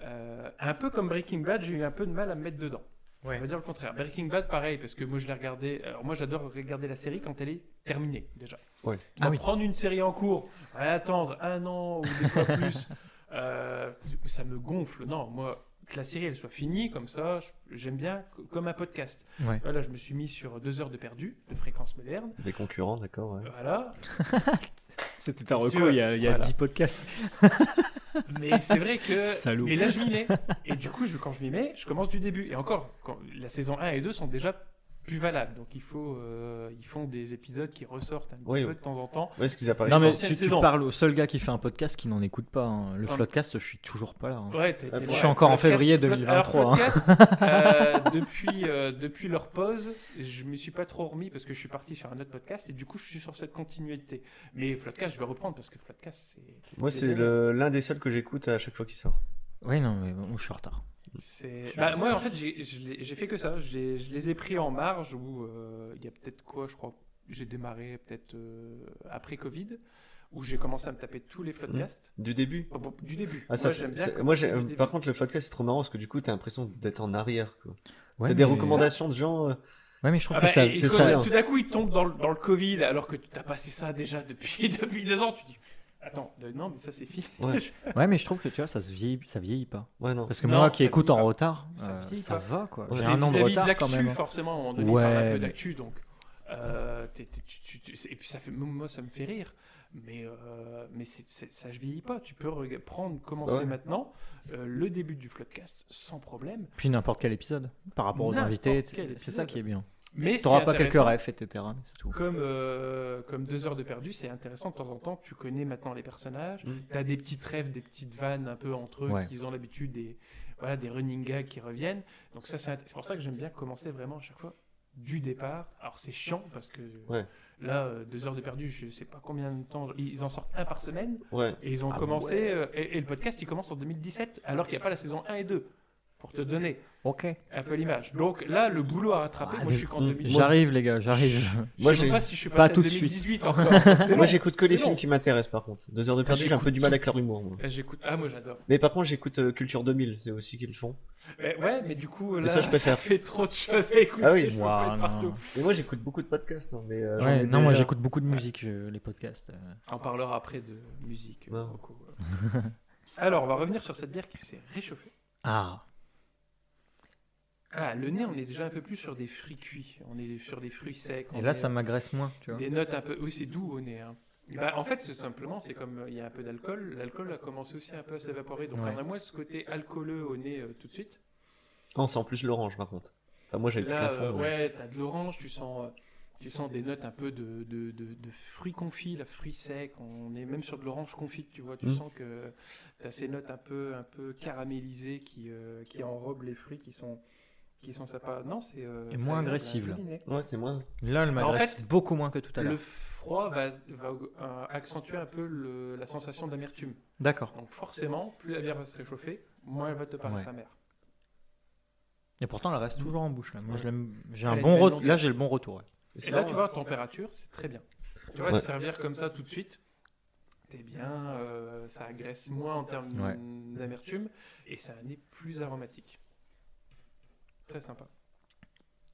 D: euh, un peu comme Breaking Bad, j'ai eu un peu de mal à me mettre dedans.
A: Ouais.
D: On va dire le contraire. Breaking Bad, pareil, parce que moi, je l'ai regardé. Alors, moi, j'adore regarder la série quand elle est terminée, déjà.
B: Ouais.
A: Ah oui.
D: Prendre une série en cours, à attendre un an ou des fois plus, euh, ça me gonfle. Non, moi, que la série, elle soit finie, comme ça, je- j'aime bien, c- comme un podcast.
A: Ouais.
D: Voilà, je me suis mis sur deux heures de perdu, de fréquence moderne.
B: Des concurrents, d'accord, ouais.
D: Voilà.
A: C'était un
D: Si tu veux.
A: y a, il y a
D: Voilà.
A: 10 podcasts.
D: Mais c'est vrai que.
A: Salaud.
D: Mais là, je m'y mets. Et du coup, je, quand je m'y mets, je commence du début. Et encore, quand, la saison 1 et 2 sont déjà plus valables. Donc, il faut, euh, ils font des épisodes qui ressortent un petit
B: Oui.
D: peu de temps en temps.
B: Ouais, ce qu'ils apparaissent.
A: Non mais
D: anciennes
A: tu, tu
D: saisons.
A: parles au seul gars qui fait un podcast qui n'en écoute pas. hein. Le
D: Enfin,
A: Floodcast je suis toujours pas là. hein.
D: Ouais, t'es-
B: Ah,
D: t'es-
B: je
D: ouais,
A: suis encore en
D: Floodcast-
A: février
D: Flood-
A: 2023,
D: alors,
A: hein.
D: Floodcast, euh, depuis, euh, depuis leur pause, je me suis pas trop remis parce que je suis parti sur un autre podcast et du coup, je suis sur cette continuité. Mais Floodcast, je vais reprendre parce que Floodcast, c'est.
B: Moi, c'est le- l'un des seuls que j'écoute à chaque fois qu'il sort.
A: Oui non mais bon, je suis en retard.
D: C'est- Bah, moi, en fait, j'ai- je l'ai- j'ai fait que ça. J'ai- Je les ai pris en marge où euh, il y a peut-être quoi, je crois, j'ai démarré peut-être euh, après Covid, où j'ai commencé à me taper tous les
A: Mm.
D: podcasts
B: Du début
D: du début.
B: ah, ça
D: moi,
B: fait-
D: j'aime bien.
B: c'est-
D: quand-
B: moi, j'ai-
D: du
B: euh,
D: début.
B: par contre, le podcast, c'est trop marrant parce que du coup, t'as l'impression d'être en arrière. quoi.
A: Ouais,
B: t'as des
A: mais-
B: recommandations de gens. euh,
A: Ouais mais je trouve
D: Ah
A: que
D: bah,
A: ça-
D: et- et
A: c'est
D: quand
A: ça.
D: Tout d'un coup, il tombe dans le, dans le Covid, alors que tu as passé ça déjà depuis, depuis deux ans. Tu dis, attends, euh, non, mais ça c'est fini.
B: Ouais.
A: Ouais, mais je trouve que tu vois, ça se vieillit, ça vieillit pas.
B: Ouais, non.
A: Parce que
D: Non,
A: moi qui
D: ça
A: écoute en
D: vieillit pas.
A: retard,
D: Ça
A: euh,
D: vieillit
A: ça
D: pas.
A: va quoi.
B: Ouais.
A: J'ai
D: C'est
A: un an de
D: vis-à-vis de
A: retard quand
D: l'actu,
A: même. hein.
D: forcément, à un moment donné,
A: Ouais,
D: il parle un peu
A: mais-
D: d'actu, donc. euh, t'es- t'es- tu- tu- tu- c'est- et puis ça fait, moi, ça me fait rire, mais, euh, mais c'est- c'est- ça je vieillis pas. Tu peux rega- prendre, commencer
B: Ouais.
D: maintenant euh, le début du podcast sans problème.
A: Puis n'importe quel épisode par rapport aux
D: N'importe
A: invités,
D: quel
A: c'est ça
D: épisode.
A: qui est bien.
D: Mais ce
A: T'auras
D: qui est
A: pas quelques
D: intéressant,
A: refs, etc. mais c'est tout.
D: Comme, euh, comme deux heures de perdu, c'est intéressant de temps en temps. Tu connais maintenant les personnages.
B: Mm.
D: T'as des petites rêves, des petites vannes un peu entre eux
A: Ouais.
D: qu'ils ont l'habitude des voilà des running gags qui reviennent. Donc ça c'est int- c'est pour ça que j'aime bien commencer vraiment à chaque fois du départ. Alors c'est chiant parce que
B: Ouais.
D: là euh, deux heures de perdu, je sais pas combien de temps ils en sortent un par semaine
B: Ouais.
D: et ils ont
A: Ah
D: commencé euh, et, et le podcast il commence en 2017 alors qu'il n'y a pas la saison 1 et 2. pour te donner
A: Ok.
D: un peu l'image. Donc là, le boulot à rattraper,
A: Ah,
D: moi je suis qu'en
B: mm,
D: 2000.
A: J'arrive, les gars, j'arrive.
B: Moi,
D: Moi, je sais
B: j'ai-
D: même pas si je suis
A: pas
D: passé
A: tout
D: à
A: de suite.
D: 2018 encore. C'est
B: Moi,
D: long.
B: j'écoute que les
D: C'est
B: films
D: long.
B: qui m'intéressent, par contre. Deux heures de
A: Ah,
B: perdu, j'ai un peu du mal avec leur humour. moi.
D: Ah, J'écoute. Ah, moi j'adore.
B: Mais par contre, j'écoute euh, Culture 2000, c'est aussi qu'ils le font.
D: Mais ouais, mais du coup, là,
B: Mais ça, je préfère.
D: fait trop de choses à écouter.
B: Ah oui.
D: je peux pas être partout.
B: Mais moi, j'écoute beaucoup de podcasts. hein, mais, euh, j'en ai
A: Ouais, non, moi
B: déjà-
A: j'écoute beaucoup de musique, je- les podcasts. euh.
D: On parlera après de musique.
B: Ouais.
D: beaucoup. Alors, on va revenir sur cette bière qui s'est réchauffée.
A: Ah,
D: Ah, le nez, on est déjà un peu plus sur des fruits cuits. On est sur des fruits secs.
A: et
D: on
A: là
D: est-
A: ça m'agresse moins, tu vois.
D: Des notes un peu. Oui, c'est doux au nez. hein. Bah, en fait, c'est simplement, c'est comme euh, il y a un peu d'alcool. L'alcool a commencé aussi un peu à s'évaporer. Donc,
A: Ouais.
D: on a moins ce côté alcooleux au nez euh, tout de suite.
B: Non, c'est en plus l'orange, par contre. Enfin, moi, j'avais plus
D: Là,
B: la fond.
D: euh,
B: mais-
D: ouais, t'as de l'orange, tu sens, euh, tu sens des notes un peu de, de, de, de fruits confits, la fruits secs. On est même sur de l'orange confite, tu vois. Tu
A: Hmm.
B: Mm.
D: sens que t'as ces notes un peu, un peu caramélisées qui, euh, qui enrobent les fruits qui sont, qui sont sympas. Non, c'est. euh,
A: Et
D: c'est
A: moins
D: agréable,
A: agressive,
D: un
A: là.
D: joli nez.
B: Ouais, c'est moins.
A: Là elle
D: Alors, en
A: m'agresse
D: fait,
A: beaucoup moins que tout à l'heure.
D: Le froid va, va euh, accentuer un peu le- la sensation d'amertume.
A: D'accord.
D: Donc forcément, plus la bière va se réchauffer, moins elle va te paraître
A: Ouais.
D: amère.
A: Et pourtant elle reste toujours en bouche là. Moi je l'aime- j'ai un
D: Mm. Elle a
A: bon
D: une belle
A: retour.
D: longueur.
A: Là j'ai le bon retour. ouais.
D: Et là, tu
B: hein.
D: vois, température, c'est très bien. Tu vois,
B: Ouais.
D: se servir comme ça tout de suite, t'es bien, euh, ça agresse moins en termes
A: Ouais.
D: d'amertume et ça a un nez plus aromatique. Très sympa.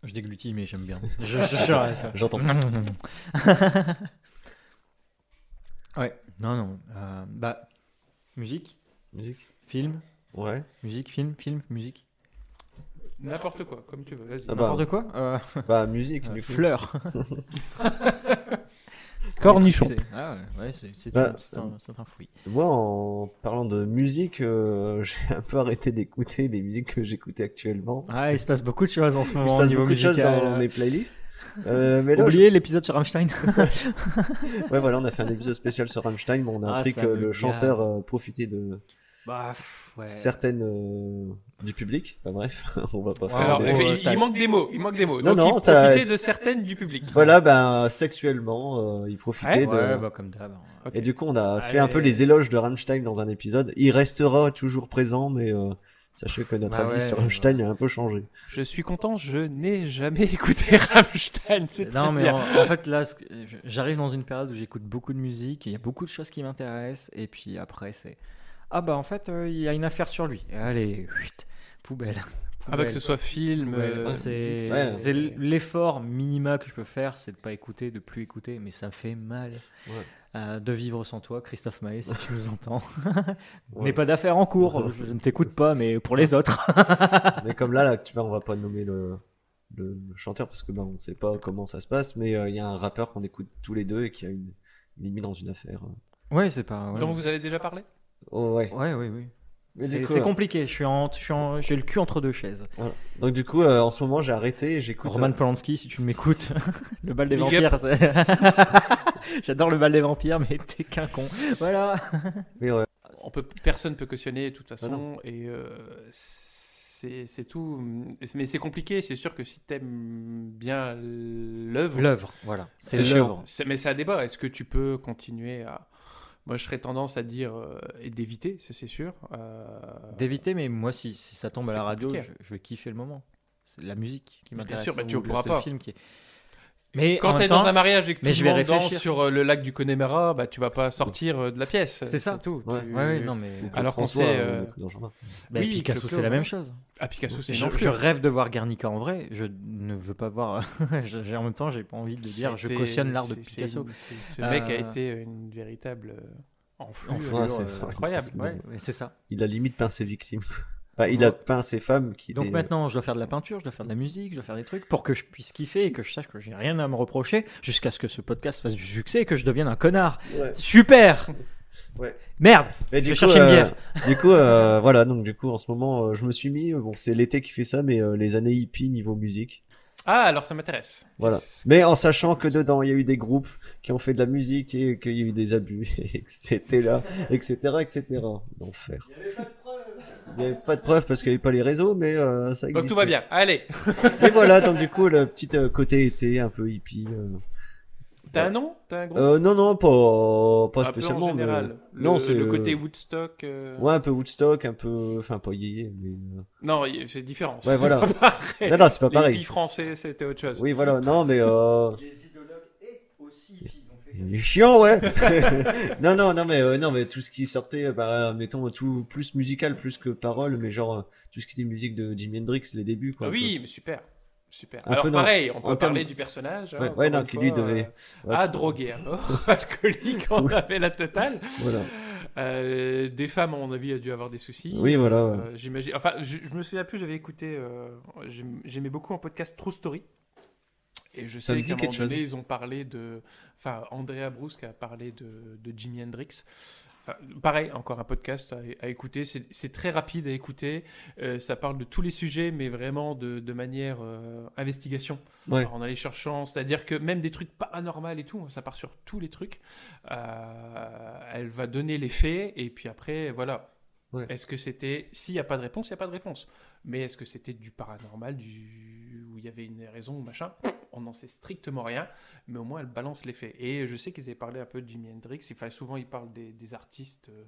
A: Je déglutis mais j'aime bien. Je- je- je-
B: J'entends.
A: je- ouais. Non non. euh, bah musique,
D: euh,
B: Musique
A: film,
B: Ouais.
A: musique, film, film, musique.
D: N'importe quoi, comme tu veux, vas-y.
B: Ah bah,
A: N'importe quoi. euh,
B: Bah, musique, du coup.
A: fleur.
D: Cornichon.
A: C'est- Ah ouais, ouais, c'est c'est
B: Bah,
A: une- c'est un, c'est un fruit.
B: Moi, en parlant de musique, euh, j'ai un peu arrêté d'écouter les musiques que j'écoutais actuellement.
A: Ah il se passe beaucoup de choses en ce
B: Il se
A: moment au
B: passe
A: niveau
B: beaucoup de choses
A: musical. euh.
B: dans mes playlists. Euh, mais là,
A: Oubliez l'épisode sur Rammstein.
B: je- ouais, voilà, on a fait un épisode spécial sur Rammstein, bon, on a
A: Ah,
B: appris
A: ça
B: que
A: me
B: le
A: gave.
B: chanteur euh, profitait de
A: Bah, pff, ouais.
B: certaines euh, du public. Enfin, bref, on va pas faire.
D: Alors,
B: des-
A: euh,
D: il,
A: t'as-
D: il manque des mots, il manque des mots.
B: Non,
D: Donc,
B: non,
D: il
B: t'as-
D: profitait de certaines du public.
B: Voilà, ben sexuellement, euh, il profitait
A: Ouais,
B: de.
A: bah, comme d'hab. hein.
D: Ok.
B: Et du coup, on a fait
A: Allez.
B: un peu les éloges de Rammstein dans un épisode. Il restera toujours présent, mais euh, sachez que notre
A: Bah
B: avis
A: ouais,
B: sur
A: ouais.
B: Rammstein a un peu changé.
D: Je suis content, je n'ai jamais écouté Rammstein. C'est très
A: Non, mais
D: bien.
A: en, en fait, là, ce que- je- j'arrive dans une période où j'écoute beaucoup de musique, et il y a beaucoup de choses qui m'intéressent, et puis après, c'est. Ah, bah, en fait, euh, il y a une affaire sur lui. Et Allez, chut, poubelle.
D: Ah bah que ce soit film,
A: Poubelle.
D: euh,
A: c'est
D: musique,
B: ouais.
A: c'est l'effort minima que je peux faire, c'est de pas écouter, de plus écouter, mais ça fait mal
B: Ouais.
A: Euh, de vivre sans toi, Christophe Maé, si tu nous entends.
B: Ouais.
A: N'aie pas d'affaires en cours, je ne t'écoute pas, mais pour les autres.
B: mais comme là, là, tu vois, on va pas nommer le, le chanteur parce que ben on sait pas comment ça se passe, mais euh, il y a un rappeur qu'on écoute tous les deux et qui a une il est mis dans une affaire.
A: Ouais, c'est pas. ouais.
D: dont vous avez déjà parlé.
B: Oh, ouais.
A: Ouais, oui, oui.
B: Mais du
A: C'est
B: coup,
A: c'est
B: euh,
A: compliqué, je suis en, je suis en- j'ai le cul entre deux chaises.
B: Donc du coup, euh, en ce moment, j'ai arrêté. et J'écoute. euh,
A: Roman Polanski, si tu m'écoutes, le bal des
D: euh, Big
A: vampires. c'est- J'adore le bal des vampires, mais t'es qu'un con. Voilà.
B: euh, mais, ouais.
D: On peut, personne peut cautionner de toute
B: Ah
D: façon et euh, c'est c'est tout. Mais c'est compliqué, c'est sûr que si t'aimes bien l'œuvre,
A: L'œuvre, voilà. C'est
D: c'est chiant.
A: l'œuvre.
D: C'est- Mais c'est un débat. Est-ce que tu peux continuer à Moi, je serais tendance à dire euh, et d'éviter, ça c'est sûr. euh,
A: D'éviter, mais moi, si, si ça tombe à
D: C'est
A: la radio, je,
D: compliqué.
A: je vais kiffer le moment. C'est la musique qui
D: Bien
A: m'intéresse.
D: sûr, bah,
A: ou
D: tu
A: le-
D: pourras
A: c'est
D: pas.
A: le film qui est. Mais
D: Quand
A: en
D: t'es
A: même temps,
D: dans un mariage et que
A: mais
D: tu
A: je vais
D: je danses
A: réfléchir.
D: sur euh, le lac du Connemara, bah tu vas pas sortir euh, de la pièce.
A: C'est ça.
D: tout.
B: Ouais.
D: Tu-
A: Ouais, ouais, non, mais.
B: Ou
D: Alors qu'on
B: François,
D: sait,
B: euh,
D: euh,
B: le truc dans le jardin.
A: Bah,
D: oui,
A: Picasso, c'est
D: Clo-Clo,
A: la
D: ouais.
A: même chose.
D: Ah, Picasso, c'est
A: Je,
D: non
A: je rêve de voir Guernica en vrai. Je ne veux pas voir. je- j'ai- en même temps, j'ai pas envie de dire je
D: C'était-
A: cautionne l'art de
D: c'est- c'est
A: Picasso.
D: une- c'est- ce mec a
A: Euh,
D: été une véritable euh, enflure,
A: Enflure,
D: euh,
B: c'est ça.
D: incroyable.
B: Ouais.
A: Ouais, mais c'est ça.
B: Il a limite peint ses victimes. Enfin, il a peint ses femmes qui.
A: Oh. Donc
B: étaient-
A: maintenant, je dois faire de la peinture, je dois faire de la musique, je dois faire des trucs pour que je puisse kiffer et que je sache que j'ai rien à me reprocher jusqu'à ce que ce podcast fasse du succès et que je devienne un connard.
B: Ouais.
A: Super
B: Ouais.
A: Merde
B: Mais
A: Je
B: du coup,
A: cherchais une
B: euh,
A: bière.
B: du coup, euh, voilà. Donc du coup, en ce moment, euh, je me suis mis. euh, Bon, c'est l'été qui fait ça, mais euh, les années hippies niveau musique.
D: Ah, alors ça m'intéresse.
B: Voilà.
D: Qu'est-ce-
B: Mais en sachant que dedans, il y a eu des groupes qui ont fait de la musique et qu'il y a eu des abus, et que c'était là, etc., etc. D'enfer. Il n'y avait pas de preuves parce qu'il n'y avait pas les réseaux, mais euh, ça existe.
D: Donc tout va bien. Allez.
B: Et voilà. Donc du coup, le petit euh, côté été un peu hippie. euh,
D: T'as un nom T'as un groupe
B: Euh, non, non, pas, pas
D: Un peu
B: spécialement.
D: en général.
B: mais-
D: Le,
B: Non, c'est
D: le
B: euh,
D: côté Woodstock. euh,
B: Ouais, un peu Woodstock, un peu. Enfin, pas yéyé, mais.
D: Non, y- c'est différent.
B: Ouais, voilà.
D: C'est pas pareil.
B: Non, non, c'est pas
D: Les
B: pareil.
D: hippies français, c'était autre chose.
B: Oui, voilà, non, mais. Euh...
A: Les idologues et aussi
B: il est Chiant, ouais! non, non, non, mais, euh, non, mais tout ce qui sortait, euh, bah, mettons, tout plus musical, plus que parole, mais genre, euh, tout ce qui était musique de Jimi Hendrix, les débuts, quoi.
D: Ah
B: un
D: oui, mais super. Super.
B: Un
D: Alors
B: peu dans-
D: pareil, on peut
B: en termes-
D: parler du personnage. hein,
B: Ouais,
D: encore
B: ouais, non,
D: une
B: qui, lui,
D: fois,
B: devait-
D: euh,
B: ouais.
D: Ah, drogué à mort, alcoolique, on
B: Oui.
D: avait la totale.
B: peu. Voilà.
D: Euh, des femmes, à mon avis, a dû avoir des soucis.
B: Oui, voilà. ouais.
D: Euh, J'imagine. Enfin, je, je me souviens plus, j'avais écouté. euh, j'aim- J'aimais beaucoup un podcast True Story. Et je
B: Ça
D: sais
B: me
D: qu'à
B: dit
D: un moment
B: quelque
D: donné, ils ont parlé de. Enfin, Andrea Brusque a parlé de, de Jimi Hendrix. Enfin, pareil, encore un podcast à, à écouter. C'est c'est très rapide à écouter. Euh, ça parle de tous les sujets, mais vraiment de, de manière euh, investigation.
B: Ouais.
D: En aller cherchant, c'est-à-dire que même des trucs paranormaux et tout, hein, ça part sur tous les trucs. Euh, elle va donner les faits et puis après, voilà.
B: Ouais.
D: Est-ce que c'était. S'il n'y a pas de réponse, il n'y a pas de réponse. Mais est-ce que c'était du paranormal, du... où il y avait une raison ou machin On n'en sait strictement rien, mais au moins elle balance les faits. Et je sais qu'ils avaient parlé un peu de Jimi Hendrix. Enfin, souvent, ils parlent des, des artistes euh,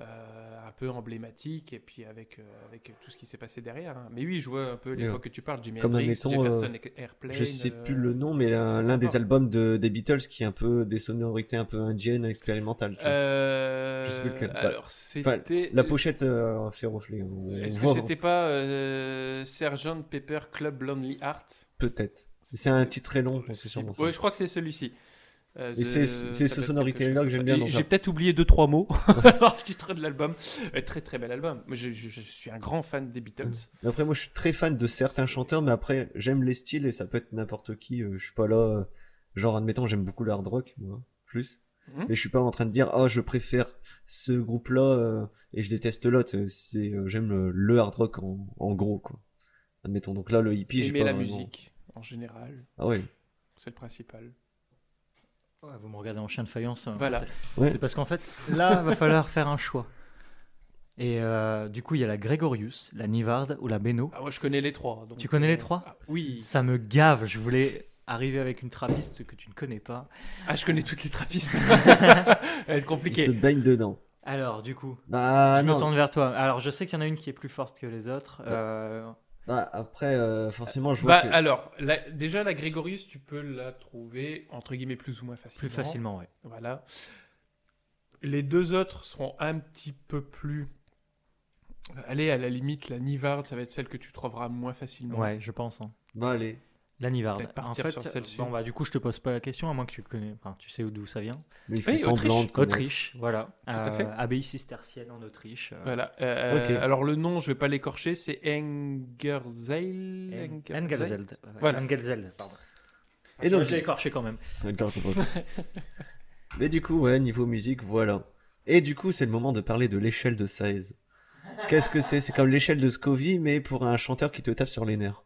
D: euh, un peu emblématiques et puis avec, euh, avec tout ce qui s'est passé derrière. hein. Mais oui, je vois un peu l'époque que tu parles, Jimi
B: Comme,
D: Hendrix,
B: admettons, euh,
D: Jefferson Airplane.
B: Je sais plus
D: euh,
B: le nom, mais l'un
D: très
B: l'un des
D: sympa.
B: albums de, des Beatles qui est un peu des sonorités un peu indiennes, expérimentales. tu vois.
D: euh,
B: Je sais plus lequel. Bah,
D: Alors, c'était.
B: La pochette euh, fait reflet. on- on
D: Est-ce que
B: voit, hein.
D: c'était pas euh, Sergeant Pepper Club Lonely Heart
B: Peut-être. C'est un titre très long, donc c'est sûrement ça.
D: Oui, je crois que c'est celui-ci. Euh,
B: Et
D: the-
B: c'est- c'est ce
D: ça doit être
B: sonorité-là
D: quelque chose
B: que j'aime
D: comme
B: bien
D: ça.
B: dans
D: Et
B: ça.
D: J'ai peut-être oublié deux trois mots dans le titre de l'album. Euh, Très très bel album. Moi, Je, je- je suis un grand fan des Beatles.
B: Mais Après, moi, je suis très fan de certains chanteurs, mais après, j'aime les styles et ça peut être n'importe qui. euh, Je suis pas là, euh, genre, admettons, j'aime beaucoup l'hard rock, moi, plus.
D: Mhm.
B: Mais je suis pas en train de dire, oh, je préfère ce groupe-là euh, et je déteste l'autre. Euh, C'est, euh, j'aime le, le hard rock en, en gros, quoi. Admettons. Donc là, le hippie, j'ai
D: Aimer
B: pas
D: la
B: vraiment-
D: musique en général,
B: Ah ouais.
D: c'est le principal.
A: vous me regardez en chien de faïence. hein.
D: Voilà.
B: Ouais.
A: C'est parce qu'en fait, là, va falloir faire un choix. Et euh, du coup, il y a la Grégorius, la Nivard ou la Beno.
D: Ah, moi je connais les trois. donc,
A: Tu connais les
D: euh,
A: trois
D: ah, Oui.
A: Ça me gave, je voulais arriver avec une trappiste que tu ne connais pas.
D: Ah, je connais toutes les trappistes. Elle est
B: Il se
D: compliquée.
B: baigne dedans.
A: Alors, du coup,
B: Bah,
A: je me
B: non.
A: tourne vers toi. Alors, je sais qu'il y en a une qui est plus forte que les autres. euh,
B: Bah, après, euh, forcément, je vois
D: Bah,
B: que...
D: alors, la- déjà la Grégorius, tu peux la trouver entre guillemets plus ou moins facilement.
A: plus facilement, ouais.
D: Voilà. Les deux autres seront un petit peu plus. Allez, à la limite, la Nivarde, ça va être celle que tu trouveras moins facilement.
A: Ouais, je pense. hein.
B: Bah, allez.
A: La Nivarde.
D: Peut-être
A: En
D: partir
A: fait,
D: sur celle-ci.
A: bon, bah, du coup, je te pose pas la question, à moins que tu connais, enfin, tu sais d'où ça vient.
B: Mais il
D: Oui,
B: fait semblant
D: Autriche.
B: de connaître.
A: Autriche, voilà.
D: à
A: Euh,
D: fait.
A: Abbaye cistercienne en Autriche. euh,
D: Voilà. Euh,
B: Ok.
D: Alors, le nom, je vais pas l'écorcher, c'est Engerzeil.
A: Eng-
D: Engerzeil Ah
A: Engelseld.
D: Voilà.
A: Engelseld, pardon.
B: Et donc,
A: je l'ai écorché quand même.
B: D'accord, je comprends. Mais du coup, ouais, niveau musique, voilà. Et du coup, c'est le moment de parler de l'échelle de size. Qu'est-ce que c'est C'est comme l'échelle de Scoville, mais pour un chanteur qui te tape sur les nerfs.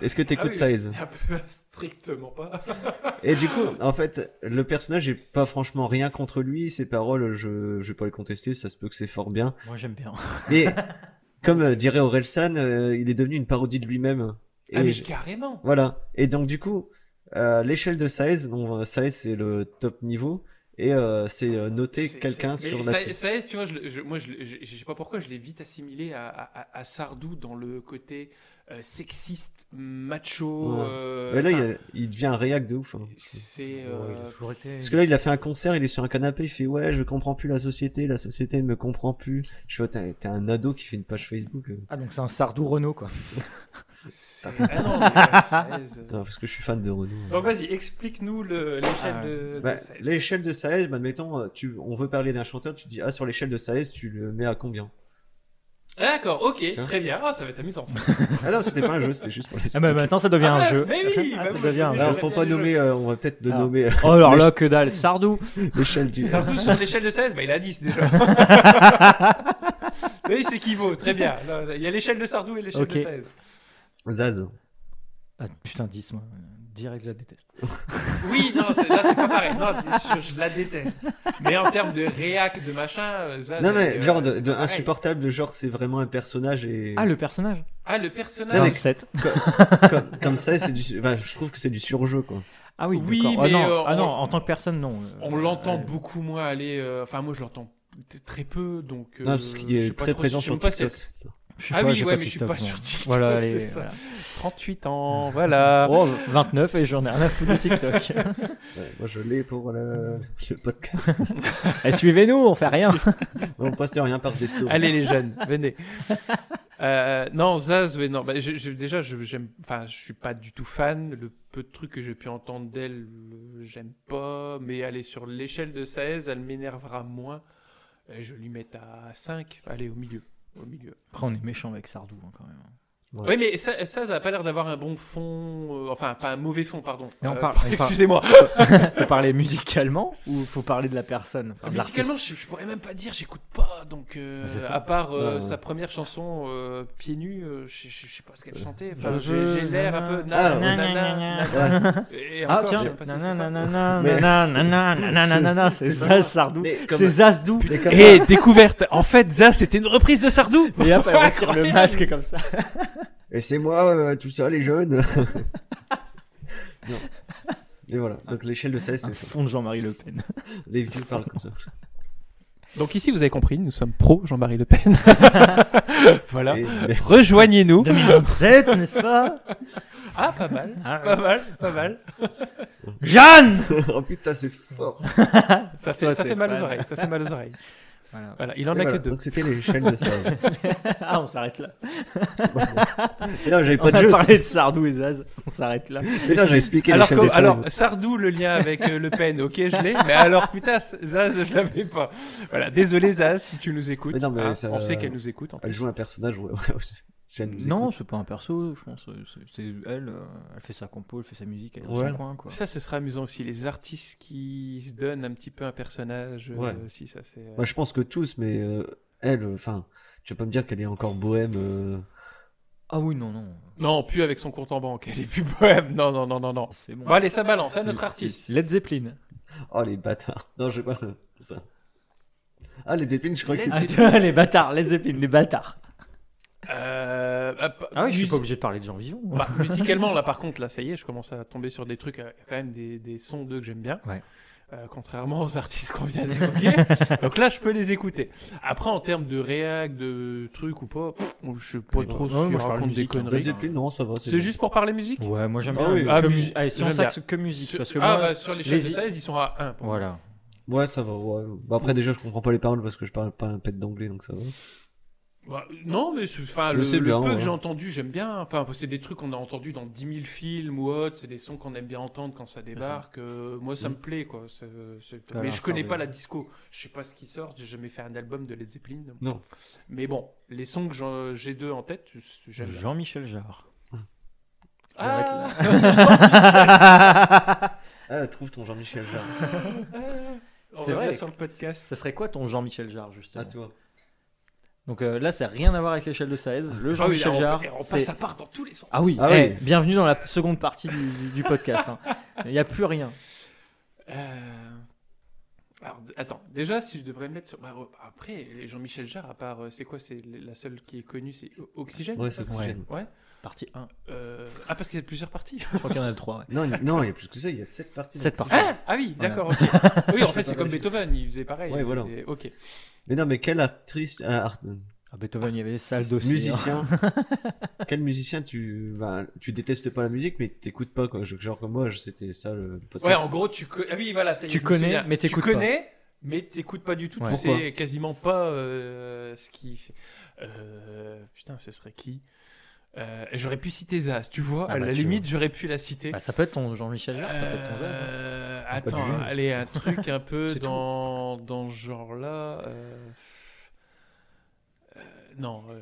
B: Est-ce que
D: Ah oui,
B: t'écoutes size
D: un peu- Strictement pas. Ah,
B: Et du coup, en fait, le personnage, j'ai pas franchement rien contre lui. Ses paroles, je, je vais pas le contester, ça se peut que c'est fort bien.
A: Moi, j'aime bien.
B: Mais comme euh, dirait Orelsan, euh, il est devenu une parodie de lui-même. Et
D: Ah, mais
B: je-
D: carrément.
B: Voilà. Et donc, du coup, euh, l'échelle de size, donc euh, size, c'est le top niveau. Et euh, c'est euh, noter
D: C'est-
B: quelqu'un
D: c'est-
B: sur
D: mais
B: la
D: ça, ça est, tu vois, je, le- je- moi, je, le- je- je sais pas pourquoi, je l'ai vite assimilé à, à- à- à Sardou dans le côté euh, sexiste, macho.
B: Ouais.
D: euh,
B: Mais là, il,
D: enfin,
B: a- il devient un réac de ouf. hein.
D: C'est.
A: Ouais, il
D: euh,
A: a toujours été-
B: Parce que là, il a fait un concert, il est sur un canapé, il fait ouais, je comprends plus la société, la société me comprend plus. Je vois, t'es t'es un ado qui fait une page Facebook. euh.
A: Ah, donc c'est un Sardou Renault, quoi.
D: c'est- Ah non, mais, euh, c'est-
B: Non, parce que je suis fan de Renault. hein.
D: Donc vas-y, explique-nous le- l'échelle
A: Ah,
D: Oh, de. de
B: Bah,
D: Sales.
B: l'échelle de Saez, bah, admettons, euh, tu, on veut parler d'un chanteur, tu dis ah sur l'échelle de Saez, tu le mets à combien
D: Ah, D'accord, ok,
B: vois.
D: très bien. Ah, ça va être amusant. Ça.
B: Ah non, c'était pas un jeu, c'était juste pour les.
A: Ah, bah maintenant, ça devient
D: Ah,
A: un
D: mince,
A: jeu.
D: mais oui,
A: Ah,
D: bah
A: ça
D: oui,
A: devient un
D: je
B: Alors,
D: vais
A: jeu.
B: pour
D: bien
B: pas
D: des jeux.
B: nommer, euh, on va peut-être le
A: Ah.
B: nommer euh,
A: Oh, alors là, que dalle. Sardou
B: l'échelle du.
D: Sardou sur l'échelle de 16, bah, il a 10 déjà. oui, c'est qui vaut, très bien. Non, Il y a l'échelle de Sardou et l'échelle
A: Ok.
D: de 16.
B: Zaz.
A: Ah, putain, 10, moi. Direct, je la déteste.
D: Oui, non, c'est- là c'est pas pareil. Non, je, je la déteste. Mais en termes de réac, de machin, euh, ça,
B: Non
D: c'est,
B: mais
D: euh,
B: genre de,
D: c'est
B: de
D: pas pareil.
B: insupportable, de genre c'est vraiment un personnage et
A: Ah, le personnage
D: Ah, le
B: Non, mais-
D: personnage.
A: 27.
B: comme, comme ça c'est du, enfin, je trouve que c'est du surjeu quoi.
A: Ah oui,
D: Oui,
A: d'accord. Ah
D: mais,
A: non,
D: euh,
A: ah non,
D: on-
A: en tant que personne, non. Euh,
D: On l'entend
A: euh,
D: beaucoup moins aller. euh, Enfin, moi, je l'entends t- très peu, donc. euh,
B: Non, parce qu'il
D: je
B: est
D: sais pas
B: très
D: trop
B: présent
D: si- je
B: sur
D: sais même pas si
B: TikTok.
A: je sais
D: Ah
A: pas,
D: oui,
A: j'ai
D: ouais,
A: de
D: mais je suis pas
A: TikTok,
D: sur
A: non.
D: TikTok,
A: Voilà,
D: c'est
A: allez,
D: ça.
A: voilà.
D: 38 ans, voilà.
A: Oh, 29 et j'en ai rien à foutre de TikTok.
B: Ouais, moi, je l'ai pour le, le podcast.
A: et Eh, suivez-nous, on fait rien.
B: On poste rien par des stories.
D: Allez les jeunes, venez. Euh, non, Zaz, ouais, non. Bah, je- je- déjà, je j'aime. Enfin, je suis pas du tout fan. Le peu de trucs que j'ai pu entendre d'elle, euh, j'aime pas. Mais elle est sur l'échelle de Saez, elle m'énervera moins. Euh, Je lui mets à 5. Allez, au milieu. Au milieu.
A: Après, on est méchant avec Sardou, hein, quand même.
B: Ouais.
D: Oui, mais ça, ça, ça a pas l'air d'avoir un bon fond. euh, enfin, pas un mauvais fond, pardon.
A: Mais on
D: Euh,
A: parle- on parle-
D: Excusez-moi.
A: Faut parler musicalement ou faut parler de la personne enfin, de
D: Musicalement, je, je pourrais même pas dire, j'écoute pas. Donc, euh,
A: Mais c'est ça.
D: à part euh,
B: Ouais, ouais.
D: sa première chanson euh, Pieds nus, euh, je, je- je sais pas ce qu'elle chantait. Enfin,
A: Je
D: j'ai
A: veux
D: j'ai l'air un peu.
B: Ah,
D: na-
B: ouais.
D: na- na- na- na- Et
A: Ah
D: encore,
A: tiens,
D: j'aime pas si c'est ça.
A: nanana,
B: Mais-
A: nanana, nanana, c'est
B: c'est
A: Zaz
B: vraiment-
A: Sardou,
B: Mais comme-
A: c'est Zazdou.
B: Mais comme-
D: Et découverte. En fait, Zaz, c'était une reprise de Sardou.
A: Et hop, elle retire le masque comme ça.
B: Et c'est moi, euh, tout ça, les jeunes. non. Et voilà. Donc l'échelle de Céleste,
A: Un
B: c'est ça.
A: fond de Jean-Marie Le Pen.
B: Les vieux parlent comme ça.
D: Donc ici, vous avez compris, nous sommes pro Jean-Marie Le Pen. voilà.
B: Et- mais-
D: Rejoignez-nous.
A: 2027, n'est-ce pas
D: Ah, pas mal. Pas mal, pas mal.
A: Jeanne
B: oh putain, c'est fort.
A: Toi,
D: Ça fait, ça
A: t'es
D: fait mal aux
A: fan.
D: oreilles. Ça fait mal aux oreilles.
A: Voilà.
D: Voilà, il en
B: Et
D: a
B: voilà.
D: que deux.
B: Donc c'était l'échelle de Céleste.
A: Ah, on s'arrête là.
B: Et là, j'avais
A: On
B: pas de
A: a
B: jeu.
A: parlé de Sardou et Zaz. On s'arrête là.
B: Et là, j'ai expliqué
D: Alors,
B: l'échelle
D: comme-
B: de Céleste.
D: alors, Sardou, le lien avec euh, Le Pen, ok, je l'ai, mais alors, putain, Zaz, je l'avais pas. Voilà, désolé Zaz, si tu nous écoutes.
B: Mais non, mais
D: hein,
B: ça-
D: On sait qu'elle nous écoute. en
B: Elle
D: plus.
B: joue un personnage, ouais, ouais. aussi. Si elle nous écoute.
A: Non, c'est pas un perso, je pense. euh, c'est- C'est elle, euh, elle fait sa compo, elle fait sa musique, elle est dans
B: Ouais.
A: son coin, quoi.
D: Ça, ce sera amusant aussi. Les artistes qui se donnent un petit peu un personnage. euh,
B: Ouais.
D: si, ça, c'est. euh,
B: Moi, je pense que tous, mais euh, elle, enfin, tu vas pas me dire qu'elle est encore bohème. euh,
A: Ah oui, non, non.
D: Non, plus avec son compte en banque. Elle est plus bohème. Non, non, non, non, non.
A: C'est
D: Bon, allez, ça balance, à notre artiste.
A: Led Zeppelin.
B: Oh les bâtards. Non, je sais pas. Ça. Ah, les épines, je crois que
A: Ah,
B: c'était.
A: les bâtards, Led Zeppelin, les bâtards.
D: Euh, ah, pa-
A: Ah oui, je suis
D: mus-
A: pas obligé de parler de Jean hein. Vivon.
D: bah, musicalement, là, par contre, là, ça y est, je commence à tomber sur des trucs, euh, quand même des, des sons d'eux que j'aime bien.
A: Ouais.
D: Euh, contrairement aux artistes qu'on vient d'évoquer. Donc là, je peux les écouter. Après, en termes de réac, de trucs ou pas, pff, je suis pas
A: Ouais,
D: trop
A: ouais,
D: sûr.
A: moi, je
D: je
A: parle
D: raconte des
A: musique, hein.
B: Les
D: conneries.
A: Vas-y.
B: épines, non, ça va.
D: C'est
B: bon.
D: juste pour parler musique
A: Ouais, moi j'aime
B: Ah
A: bien.
B: oui,
A: que
D: ah,
A: mu-
D: musique,
A: Allez, si on
D: j'aime
A: s'axe que musique.
D: Sur-
A: Parce que
D: ah,
A: moi,
D: bah, sur l'échelle de
A: les-
D: 16, ils sont à 1.
A: Voilà.
B: Ouais, ça va. Ouais. Bah, après, déjà, je comprends pas les paroles parce que je parle pas un pet d'anglais, donc ça va.
D: Bah, non, mais c'est- enfin,
B: Mais
D: le,
B: c'est
D: le
B: bien,
D: peu
B: ouais.
D: que j'ai entendu, j'aime bien. Enfin, c'est des trucs qu'on a entendus dans 10 000 films ou autres. C'est des sons qu'on aime bien entendre quand ça débarque. Euh, moi, ça me plaît, quoi. C'est- c'est-
A: Mm. Ah,
D: Mais
A: non,
D: je connais
A: ça,
D: pas
A: oui.
D: la disco. Je sais pas ce qui sort. J'ai jamais fait un album de Led Zeppelin. donc-
B: Non.
D: Mais bon, les sons que j'en- j'ai deux en tête, j'aime bien.
A: Jean-Michel Jarre.
D: Ah,
A: Ça
B: Ah, trouve ton Jean-Michel Jarre.
D: on
A: C'est
D: revient
A: vrai.
D: sur le podcast.
A: serait quoi ton Jean-Michel Jarre,
B: À
A: justement
B: toi.
A: Donc euh, là, ça n'a rien à voir avec l'échelle de Saez. Le Jean-Michel
D: ah oui, là, on-
A: Jarre,
D: et on passe,
A: c'est...
D: ça part dans tous les sens.
A: Ah oui,
B: Ah
A: eh,
B: oui.
A: bienvenue dans la seconde partie du, du- du podcast. hein. Il n'y a plus rien.
D: Euh, Alors, d- attends, déjà, si je devrais me mettre sur. bah, euh, après, les Jean-Michel Jarre, à part. euh, C'est quoi C'est l- la seule qui est connue, c'est O- Oxygène
B: Ouais,
D: c'est
B: c'est
D: ça
B: Oxygène.
D: Ouais.
A: Partie 1.
D: Euh, Ah, parce qu'il y a plusieurs parties.
A: Je crois qu'il y en a le 3. ouais.
B: Non, il- non, il y a plus que ça, il y a 7 parties.
A: Sept
B: donc c'est-
A: parties.
D: Ah, ah oui,
A: Voilà.
D: d'accord, ok. Oui, en fait, c'est comme Beethoven, il faisait pareil.
B: Ouais,
D: il
B: voilà.
D: faisait- Ok.
B: Mais non, mais quel artiste. ah, art-
A: À Beethoven, il y avait les salles d'ossier. hein.
B: musicien. quel musicien tu. Bah, tu détestes pas la musique, mais t'écoutes pas, quoi. Je- Genre comme moi, je- c'était ça le
D: Ouais,
B: podcast.
D: en gros, tu co- ah oui, voilà, ça y est,
A: Tu
D: je me
A: connais,
D: souviens.
A: mais t'écoutes
D: Tu connais, mais t'écoutes pas du tout.
A: Ouais.
D: Tu
B: Pourquoi
D: sais quasiment pas euh, ce qui fait. Euh, putain, ce serait qui Euh, J'aurais pu citer Zaz, tu vois.
A: Ah
D: à
A: bah,
D: la
A: tu
D: limite, j'aurais pu la citer.
A: Bah, ça peut être ton Jean-Michel Jarre, ça peut être ton Zaz. hein.
D: Euh,
B: pas de
D: attends,
B: jeu.
D: allez, un truc un peu
A: C'est
D: dans, dans ce genre-là. euh, euh, non. euh,